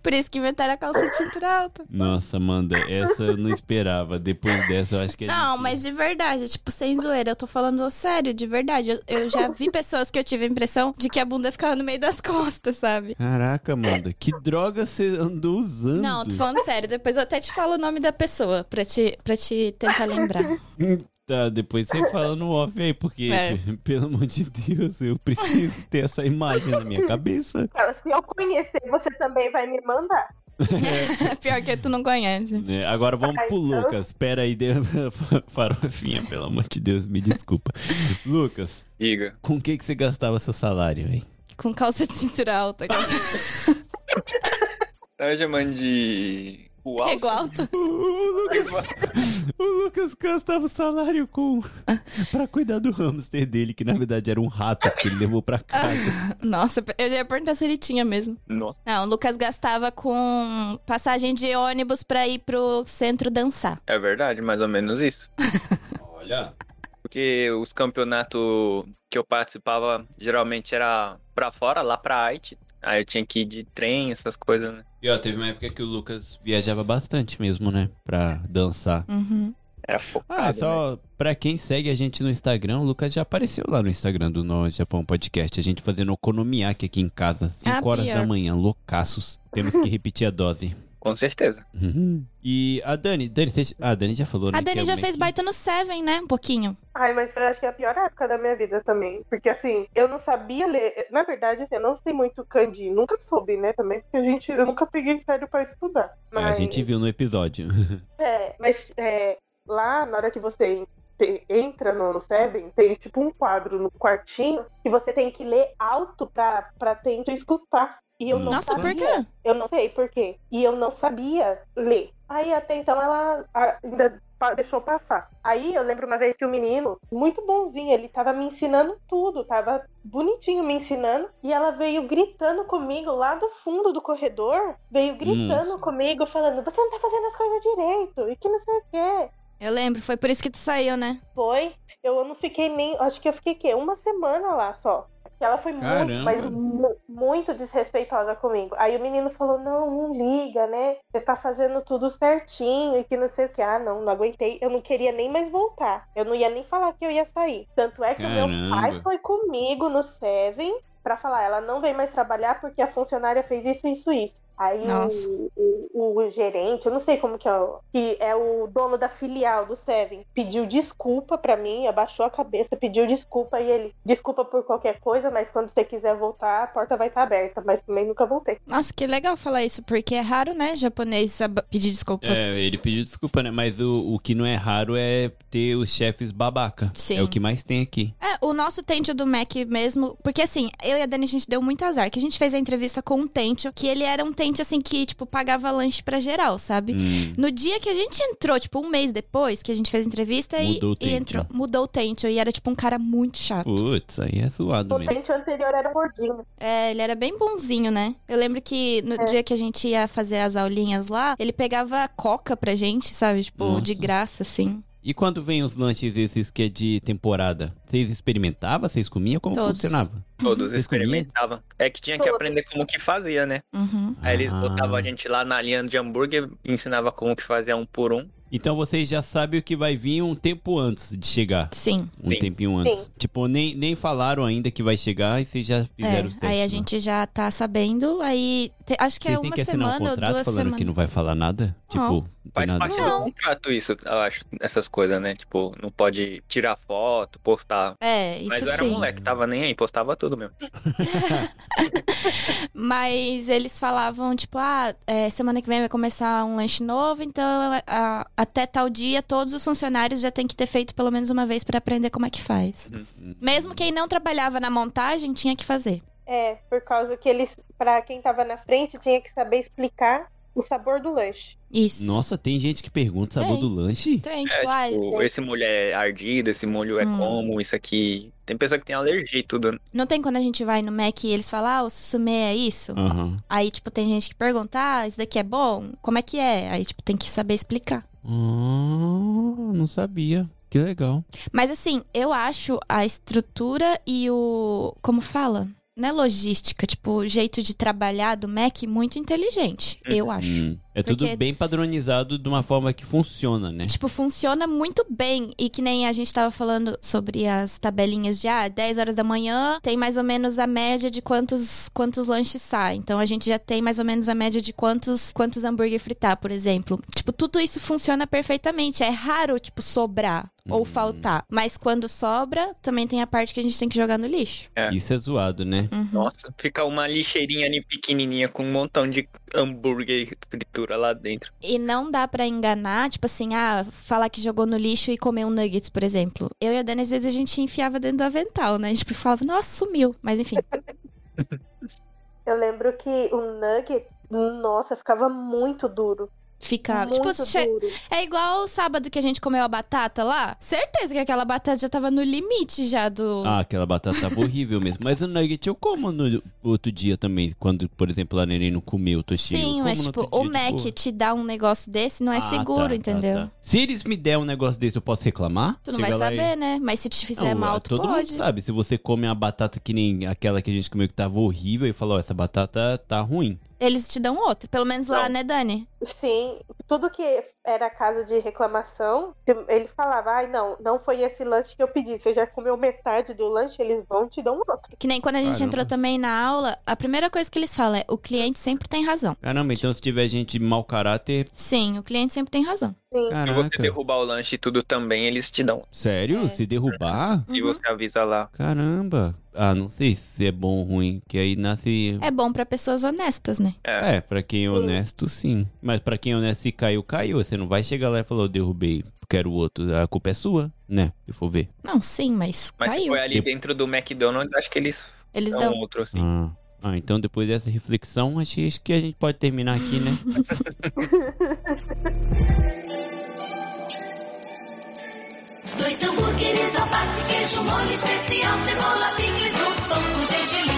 S4: Por isso que inventaram a calça de cintura alta.
S3: Nossa, Amanda, essa eu não esperava. Depois dessa, eu acho que é a
S4: Não,
S3: gente-
S4: mas de verdade, tipo, sem zoeira, eu tô falando sério, de verdade. Eu, eu já vi pessoas que eu tive a impressão de que a bunda ficava no meio das costas, sabe?
S3: Caraca, Amanda, que droga você andou usando?
S4: Não, tô falando sério, depois eu até te falo o nome da pessoa pra te, pra te tentar lembrar. [LAUGHS]
S3: Tá, depois você fala no off aí, porque,
S4: É.
S3: p- [LAUGHS] pelo amor de Deus, eu preciso ter essa imagem na minha cabeça.
S1: Cara, se eu conhecer, você também vai me mandar.
S4: Pior que tu não conhece.
S3: É, Agora vamos
S1: Ah,
S3: pro
S1: então.
S3: Lucas. Pera aí, deu- [LAUGHS] farofinha, pelo amor de Deus, me desculpa. Lucas,
S5: Diga.
S3: com o que, que você gastava seu salário, velho?
S4: Com calça de cintura
S3: Ah,
S4: alta. Calça...
S5: Tava chamando de. Uau.
S4: Pego alto.
S3: O, o Lucas, o Lucas gastava o salário com [LAUGHS] para cuidar do hamster dele, que na verdade era um rato que ele levou pra casa.
S4: Nossa, eu já ia perguntar se ele tinha mesmo.
S5: Nossa.
S4: Não, o Lucas gastava com passagem de ônibus pra ir pro centro dançar.
S5: É verdade, mais ou menos isso.
S3: [LAUGHS] Olha.
S5: Porque os campeonatos que eu participava geralmente era pra fora, lá pra Haiti. Aí eu tinha que ir de trem, essas coisas, né?
S3: E ó, teve uma época que o Lucas viajava bastante mesmo, né? Pra dançar.
S4: Uhum.
S5: Era
S3: Ah,
S5: focado. né?
S3: só pra quem segue a gente no Instagram, o Lucas já apareceu lá no Instagram do Nós Japão Podcast. A gente fazendo economiac aqui em casa, 5
S4: Ah,
S3: horas
S4: pior.
S3: da manhã, loucaços. Temos que repetir a [LAUGHS] dose.
S5: Com certeza.
S3: Uhum. E a Dani, Dani, você- ah, a Dani já falou, né?
S4: A
S3: que é
S4: Dani
S3: o
S4: já fez
S3: Mac-
S4: baita no Seven, né? Um pouquinho.
S1: Ai, mas eu acho que é a pior época da minha vida também. Porque assim, eu não sabia ler. Na verdade, assim, eu não sei muito kanji. Nunca soube, né? Também, porque a gente eu nunca peguei sério pra estudar.
S3: É,
S1: Mas,
S3: a gente viu no episódio.
S1: é, mas é, lá, na hora que você te- entra no, no Seven, tem tipo um quadro no quartinho que você tem que ler alto pra, pra tentar escutar. E eu não
S4: Nossa, por
S1: sabia.
S4: quê?
S1: Eu não sei por quê. E eu não sabia ler. Aí até então ela a- ainda pa- deixou passar. Aí eu lembro uma vez que o menino, muito bonzinho, ele tava me ensinando tudo, tava bonitinho me ensinando. E ela veio gritando comigo lá do fundo do corredor, veio gritando
S3: Nossa.
S1: comigo, falando: Você não tá fazendo as coisas direito, e que não sei o quê.
S4: Eu lembro, foi por isso que tu saiu, né?
S1: Foi. Eu não fiquei nem. Acho que eu fiquei quê? Uma semana lá só. Que Ela foi
S3: Caramba.
S1: muito, mas mu- muito desrespeitosa comigo. Aí o menino falou: não, não liga, né? Você tá fazendo tudo certinho e que não sei o que. Ah, não, não aguentei. Eu não queria nem mais voltar. Eu não ia nem falar que eu ia sair. Tanto é que o meu
S3: Caramba.
S1: pai foi comigo no Seven pra falar: ela não vem mais trabalhar porque a funcionária fez isso, isso, isso. Aí o-
S4: Nossa.
S1: o, o gerente, eu não sei como que é, o- que é o dono da filial do Seven, pediu desculpa pra mim, abaixou a cabeça, pediu desculpa e ele, desculpa por qualquer coisa, mas quando você quiser voltar, a porta vai estar aberta, mas também nunca voltei.
S4: Nossa, que legal falar isso, porque é raro, né, japonês sab- pedir desculpa.
S3: É, ele pediu desculpa, né? Mas o, o que não é raro é ter os chefes babaca.
S4: Sim.
S3: É o que mais tem aqui.
S4: É, o nosso Tentio do Mac mesmo, porque assim, eu e a Dani, a gente deu muito azar, que a gente fez a entrevista com um Tentio, que ele era um Tentio, assim, que, tipo, pagava lanche pra geral, sabe?
S3: Hum,
S4: No dia que a gente entrou, tipo, um mês depois, porque a gente fez a entrevista e-
S3: Mudou o
S4: e,
S3: Tentio.
S4: entrou, mudou o Tentio, e era, tipo, um cara muito chato.
S3: putz, aí é zoado
S1: O
S3: mesmo.
S1: dente anterior era um gordinho.
S4: É, ele era bem bonzinho, né? Eu lembro que no dia que a gente ia fazer as aulinhas lá, ele pegava coca pra gente, sabe? Tipo, de
S3: Nossa.
S4: graça, assim.
S3: E quando vem os lanches esses que é de temporada? Vocês experimentavam? Vocês comiam? Como
S4: Todos.
S3: funcionava?
S5: Todos
S3: Vocês comiam?
S5: experimentavam. É que tinha que
S1: Todos.
S5: aprender como que fazia, né?
S4: Uhum.
S5: Aí eles
S3: Ah.
S5: botavam a gente lá na linha de hambúrguer, ensinava como que fazia um por um.
S3: Então vocês já sabem o que vai vir um tempo antes de chegar.
S4: Sim.
S3: Um
S5: Sim.
S3: tempinho antes.
S1: Sim.
S3: Tipo, nem, nem falaram ainda que vai chegar e vocês já
S4: É,
S3: fizeram os testes.
S4: aí a
S3: né?
S4: gente já tá sabendo, aí te- acho que
S3: Vocês
S4: é
S3: têm
S4: uma
S3: que assinar um
S4: semana ou
S3: contrato
S4: duas
S3: falando
S4: semanas.
S3: que não vai falar nada?
S4: Não.
S3: Tipo, não tem
S5: Faz
S3: nada.
S5: parte
S4: Não.
S5: do contrato isso, eu acho, essas coisas, né? Tipo, não pode tirar foto, postar.
S4: É, isso
S5: Mas eu era
S4: sim.
S5: moleque, tava nem aí, postava tudo mesmo.
S4: Mas eles falavam, tipo, ah, é, semana que vem vai começar um lanche novo, então a- até tal dia todos os funcionários já têm que ter feito pelo menos uma vez pra aprender como é que faz.
S3: Hum.
S4: Mesmo quem não trabalhava na montagem tinha que fazer.
S1: É, por causa que eles, pra quem tava na frente, tinha que saber explicar o sabor do lanche.
S4: Isso.
S3: Nossa, tem gente que pergunta o sabor
S4: Tem.
S3: do lanche?
S4: Então, hein, tipo, ah,
S5: Tipo, esse molho é ardido, esse molho é
S4: Hum.
S5: como, isso aqui. Tem pessoa que tem alergia e tudo. né?
S4: não tem quando a gente vai no Mac e eles falam, ah, o susume é isso?
S3: Aham.
S4: Aí, tipo, tem gente que pergunta, ah, isso daqui é bom? Como é que é? Aí, tipo, tem que saber explicar.
S3: Ah, não sabia. Que legal.
S4: Mas, assim, eu acho a estrutura e o... como fala? é Né, logística, tipo, o jeito de trabalhar do Mac muito inteligente, eu acho.
S3: Hum. É tudo
S4: Porque-
S3: bem padronizado de uma forma que funciona, né?
S4: Tipo, funciona muito bem. E que nem a gente tava falando sobre as tabelinhas de ah, 10 horas da manhã tem mais ou menos a média de quantos, quantos lanches sai. Então a gente já tem mais ou menos a média de quantos, quantos hambúrguer fritar, por exemplo. Tipo, tudo isso funciona perfeitamente. É raro, tipo, sobrar ou faltar. Mas quando sobra, também tem a parte que a gente tem que jogar no lixo.
S5: É.
S3: Isso é zoado, né?
S4: Uhum.
S5: Nossa, fica uma lixeirinha ali pequenininha com um montão de hambúrguer e fritura lá dentro.
S4: E não dá pra enganar, tipo assim, ah, falar que jogou no lixo e comeu um nuggets, por exemplo. Eu e a Dani, às vezes, a gente enfiava dentro do avental, né? A gente falava, nossa, sumiu. Mas enfim.
S1: Eu lembro que o nugget, nossa, ficava muito duro. [LAUGHS]
S4: Fica.
S1: muito
S4: tipo, che-
S1: duro.
S4: é igual o sábado que a gente comeu a batata lá. Certeza que aquela batata já tava no limite já do.
S3: Ah, aquela batata
S4: [LAUGHS]
S3: tava horrível mesmo. Mas o nugget eu como no outro dia também. Quando, por exemplo, a Neném não comeu, eu tô cheio. eu
S4: Sim,
S3: como
S4: mas
S3: no
S4: tipo,
S3: outro
S4: o
S3: dia,
S4: Mac
S3: de boa.
S4: te dá um negócio desse, não é
S3: Ah,
S4: seguro,
S3: tá, tá,
S4: entendeu?
S3: tá. Se eles me der um negócio desse, eu posso reclamar?
S4: Tu não
S3: Chega
S4: vai
S3: lá e-
S4: saber, né? Mas se te fizer
S3: Não, ah, é
S4: mal, tu
S3: todo mundo
S4: pode.
S3: sabe. Se você come uma batata que nem aquela que a gente comeu que tava horrível e fala, ó, essa batata tá ruim.
S4: Eles te dão outro. Pelo menos lá,
S5: Não.
S4: né, Dani?
S1: Sim, tudo que era caso de reclamação, se- ele falava: ai, não, não foi esse lanche que eu pedi. Você já comeu metade do lanche, eles vão te dar um outro.
S4: Que nem quando a gente
S3: Caramba.
S4: entrou também na aula, a primeira coisa que eles falam é: o cliente sempre tem razão.
S3: Caramba, então se tiver gente de mau caráter.
S4: Sim, o cliente sempre tem razão.
S5: Se você
S3: Caraca.
S5: derrubar o lanche e tudo também, eles te dão.
S3: Sério?
S4: É.
S3: Se derrubar?
S5: E
S4: Uhum.
S5: você avisa lá.
S3: Caramba. Ah, não sei se é bom ou ruim, que aí nasce.
S4: É bom pra pessoas honestas, né?
S3: É, pra quem é honesto, sim. Mas pra quem é honesto, se caiu, caiu. Você não vai chegar lá e falar, eu derrubei, quero o outro. A culpa é sua, né? Se for ver.
S4: Não, sim, mas,
S5: Mas se
S4: caiu.
S5: foi ali dentro do McDonald's, acho que eles
S4: Eles
S5: dão
S4: dão.
S5: outro, assim.
S3: Ah. Ah, então depois dessa reflexão, acho acho que a gente pode terminar aqui, né?
S7: Dois hambúrgueres, alface, queijo, molho especial, cebola, picles, um pão com gergelim.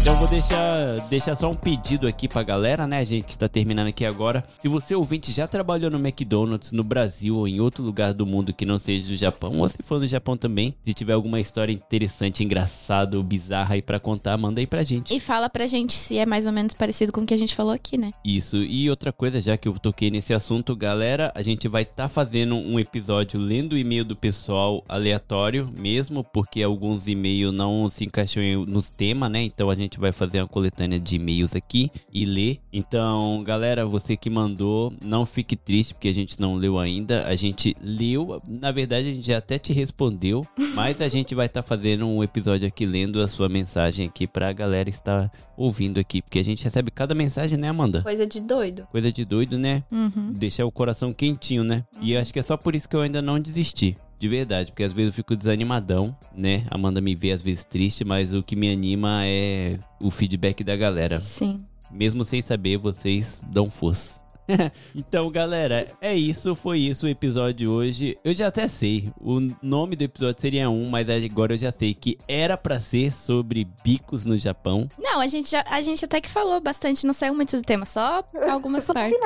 S3: Então eu vou deixar, deixar só um pedido aqui pra galera, né, gente, que tá terminando aqui agora. Se você ouvinte já trabalhou no McDonald's no Brasil ou em outro lugar do mundo que não seja o Japão, ou se for no Japão também, se tiver alguma história interessante, engraçada ou bizarra aí pra contar, manda aí pra gente.
S4: E fala pra gente se é mais ou menos parecido com o que a gente falou aqui, né?
S3: Isso, e outra coisa, já que eu toquei nesse assunto, galera, a gente vai estar fazendo um episódio lendo o e-mail do pessoal aleatório mesmo, porque alguns e-mails não se encaixam em- nos temas, né? Então a gente vai fazer uma coletânea de e-mails aqui e ler. Então, galera, você que mandou, não fique triste porque a gente não leu ainda. A gente leu, na verdade a gente já até te respondeu, mas a gente vai estar fazendo um episódio aqui lendo a sua mensagem aqui pra galera estar ouvindo aqui, porque a gente recebe cada mensagem, né, Amanda?
S4: Coisa de doido.
S3: Coisa de doido, né?
S4: Uhum.
S3: Deixar o coração quentinho, né? E acho que é só por isso que eu ainda não desisti. De verdade, porque às vezes eu fico desanimadão, né? Amanda me vê às vezes triste, mas o que me anima é o feedback da galera.
S4: Sim.
S3: Mesmo sem saber, vocês dão força. [LAUGHS] então, galera, é isso. Foi isso o episódio de hoje. Eu já até sei. O nome do episódio seria um, mas agora eu já sei que era pra ser sobre bicos no Japão.
S4: Não, a gente, já, a gente até que falou bastante, não saiu muito do tema, só algumas partes.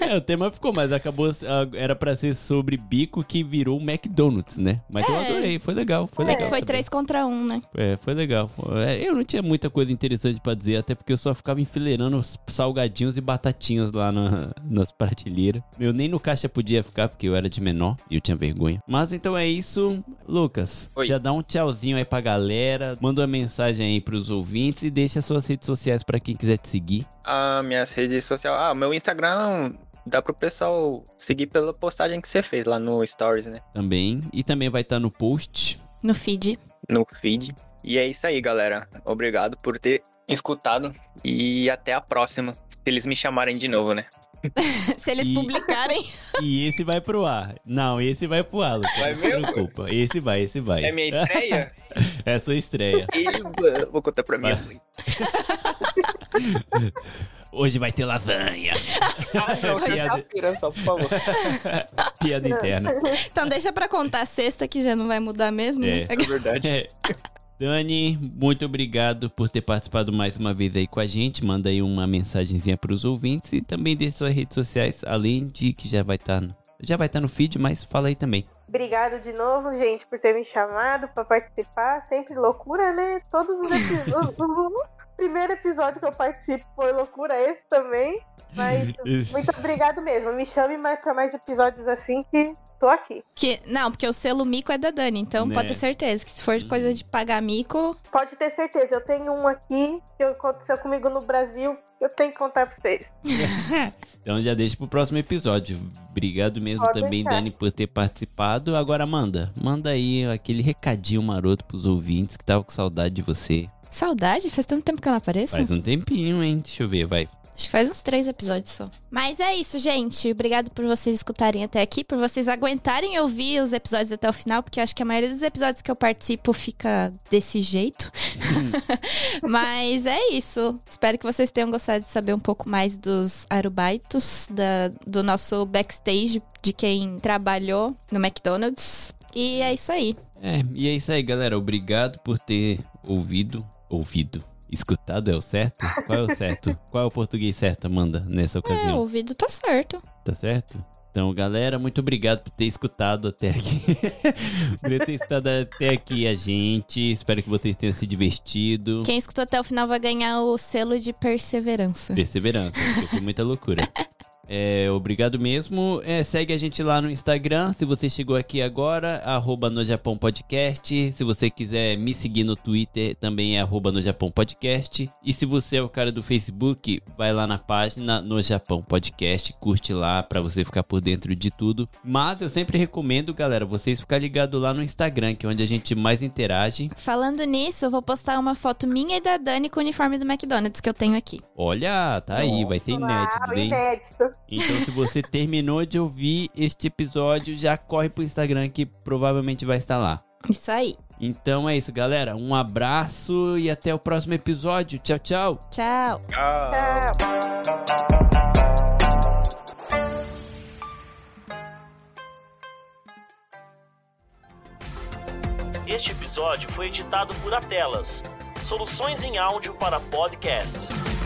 S3: É, o tema ficou, mas acabou. ah, Era pra ser sobre bico que virou um McDonald's, né? Mas eu
S4: É.
S3: adorei, foi legal. Foi
S4: Até
S3: legal
S4: que foi
S3: também.
S4: três contra um, né?
S3: É, foi legal. É, Eu não tinha muita coisa interessante pra dizer, até porque eu só ficava enfileirando os salgadinhos e batatinhas lá na- nas prateleiras. Eu nem no caixa podia ficar, porque eu era de menor e eu tinha vergonha. Mas então é isso, Lucas.
S5: Oi.
S3: Já dá um tchauzinho aí pra galera, manda uma mensagem aí pros ouvintes e deixa suas redes sociais pra quem quiser te seguir.
S5: Ah, minhas redes sociais. Ah, meu Instagram dá pro pessoal seguir pela postagem que você fez lá no Stories, né?
S3: Também. E também vai estar no post.
S4: No feed. [LAUGHS]
S5: No feed. E é isso aí, galera. Obrigado por ter escutado e até a próxima. Se eles me chamarem de novo, né?
S4: Se eles
S3: E- [LAUGHS]
S4: publicarem.
S3: E esse vai pro ar. Não, esse vai pro ar, Lucas.
S5: Vai
S3: Não se
S5: mesmo?
S3: preocupa. Esse vai, esse vai.
S5: É minha estreia?
S3: É a sua estreia.
S5: e vou contar pra minha mãe.
S3: Hoje vai ter lasanha.
S5: Ah, não,
S3: Piada.
S5: sexta-feira só, por [LAUGHS] favor.
S3: Piada interna. [LAUGHS]
S4: Então deixa pra contar sexta que já não vai mudar mesmo, né?
S5: É verdade.
S3: É. Dani, muito obrigado por ter participado mais uma vez aí com a gente. Manda aí uma mensagenzinha pros ouvintes e também deixe suas redes sociais, além de que já vai estar no, já vai estar no feed, mas fala aí também.
S1: Obrigado de novo,
S4: [LAUGHS]
S1: gente, por ter me chamado pra participar. Sempre loucura, né? Todos os episódios. primeiro episódio que eu participo foi loucura esse também.
S4: [LAUGHS]
S1: Mas muito obrigado mesmo. Me chame mais pra mais episódios assim que tô aqui.
S4: Que, não, porque o selo mico é da Dani, então
S3: Né.
S4: pode ter certeza que se for coisa de pagar mico,
S1: Pode ter certeza, eu tenho um aqui que aconteceu comigo no Brasil. Eu tenho que contar pra vocês.
S3: Então já deixa pro próximo episódio. Obrigado mesmo
S1: Pode
S3: também,
S1: deixar.
S3: Dani, por ter participado. Agora manda. Manda aí aquele recadinho maroto pros ouvintes que tava com saudade de você.
S4: saudade, faz tanto tempo que eu não apareço.
S3: Faz um tempinho, hein? Deixa eu ver, vai.
S4: Acho que faz uns três episódios só. Mas é isso, gente. Obrigado por vocês escutarem até aqui, por vocês aguentarem ouvir os episódios até o final, porque eu acho que a maioria dos episódios que eu participo fica desse jeito.
S3: Uhum.
S4: [LAUGHS] Mas é isso. Espero que vocês tenham gostado de saber um pouco mais dos arubaitos, da- do nosso backstage, de quem trabalhou no McDonald's. E é isso aí.
S3: É, e é isso aí, galera. Obrigado por ter ouvido. Ouvido. Escutado é o certo? Qual é o
S1: [LAUGHS]
S3: certo? Qual é o português certo, Amanda, nessa
S4: É, o
S3: ocasião?
S4: ouvido tá certo.
S3: Tá certo? Então, galera, muito obrigado por ter escutado até aqui. [LAUGHS] por ter estado até aqui a gente. Espero que vocês tenham se divertido.
S4: Quem escutou até o final vai ganhar o selo de perseverança.
S3: Perseverança, porque foi muita loucura. É, obrigado mesmo. É, segue a gente lá no Instagram. Se você chegou aqui agora, arroba no Japão Podcast. Se você quiser me seguir no Twitter, também é arroba no Japão Podcast. E se você é o cara do Facebook, vai lá na página no Japão Podcast, curte lá pra você ficar por dentro de tudo. Mas eu sempre recomendo, galera, vocês ficar ligado lá no Instagram, que é onde a gente mais interage.
S4: Falando nisso, eu vou postar uma foto minha e da Dani com o uniforme do McDonald's que eu tenho aqui.
S3: Olha, tá aí, vai ser inédito,
S1: Uau,
S3: hein?
S1: inédito.
S3: Então, se você terminou de ouvir este episódio, já corre pro Instagram que provavelmente vai estar lá.
S4: Isso aí.
S3: Então é isso, galera. Um abraço e até o próximo episódio. Tchau, tchau.
S4: Tchau.
S5: Tchau.
S1: Tchau.
S6: Este episódio foi editado por Atelas, soluções em áudio para podcasts.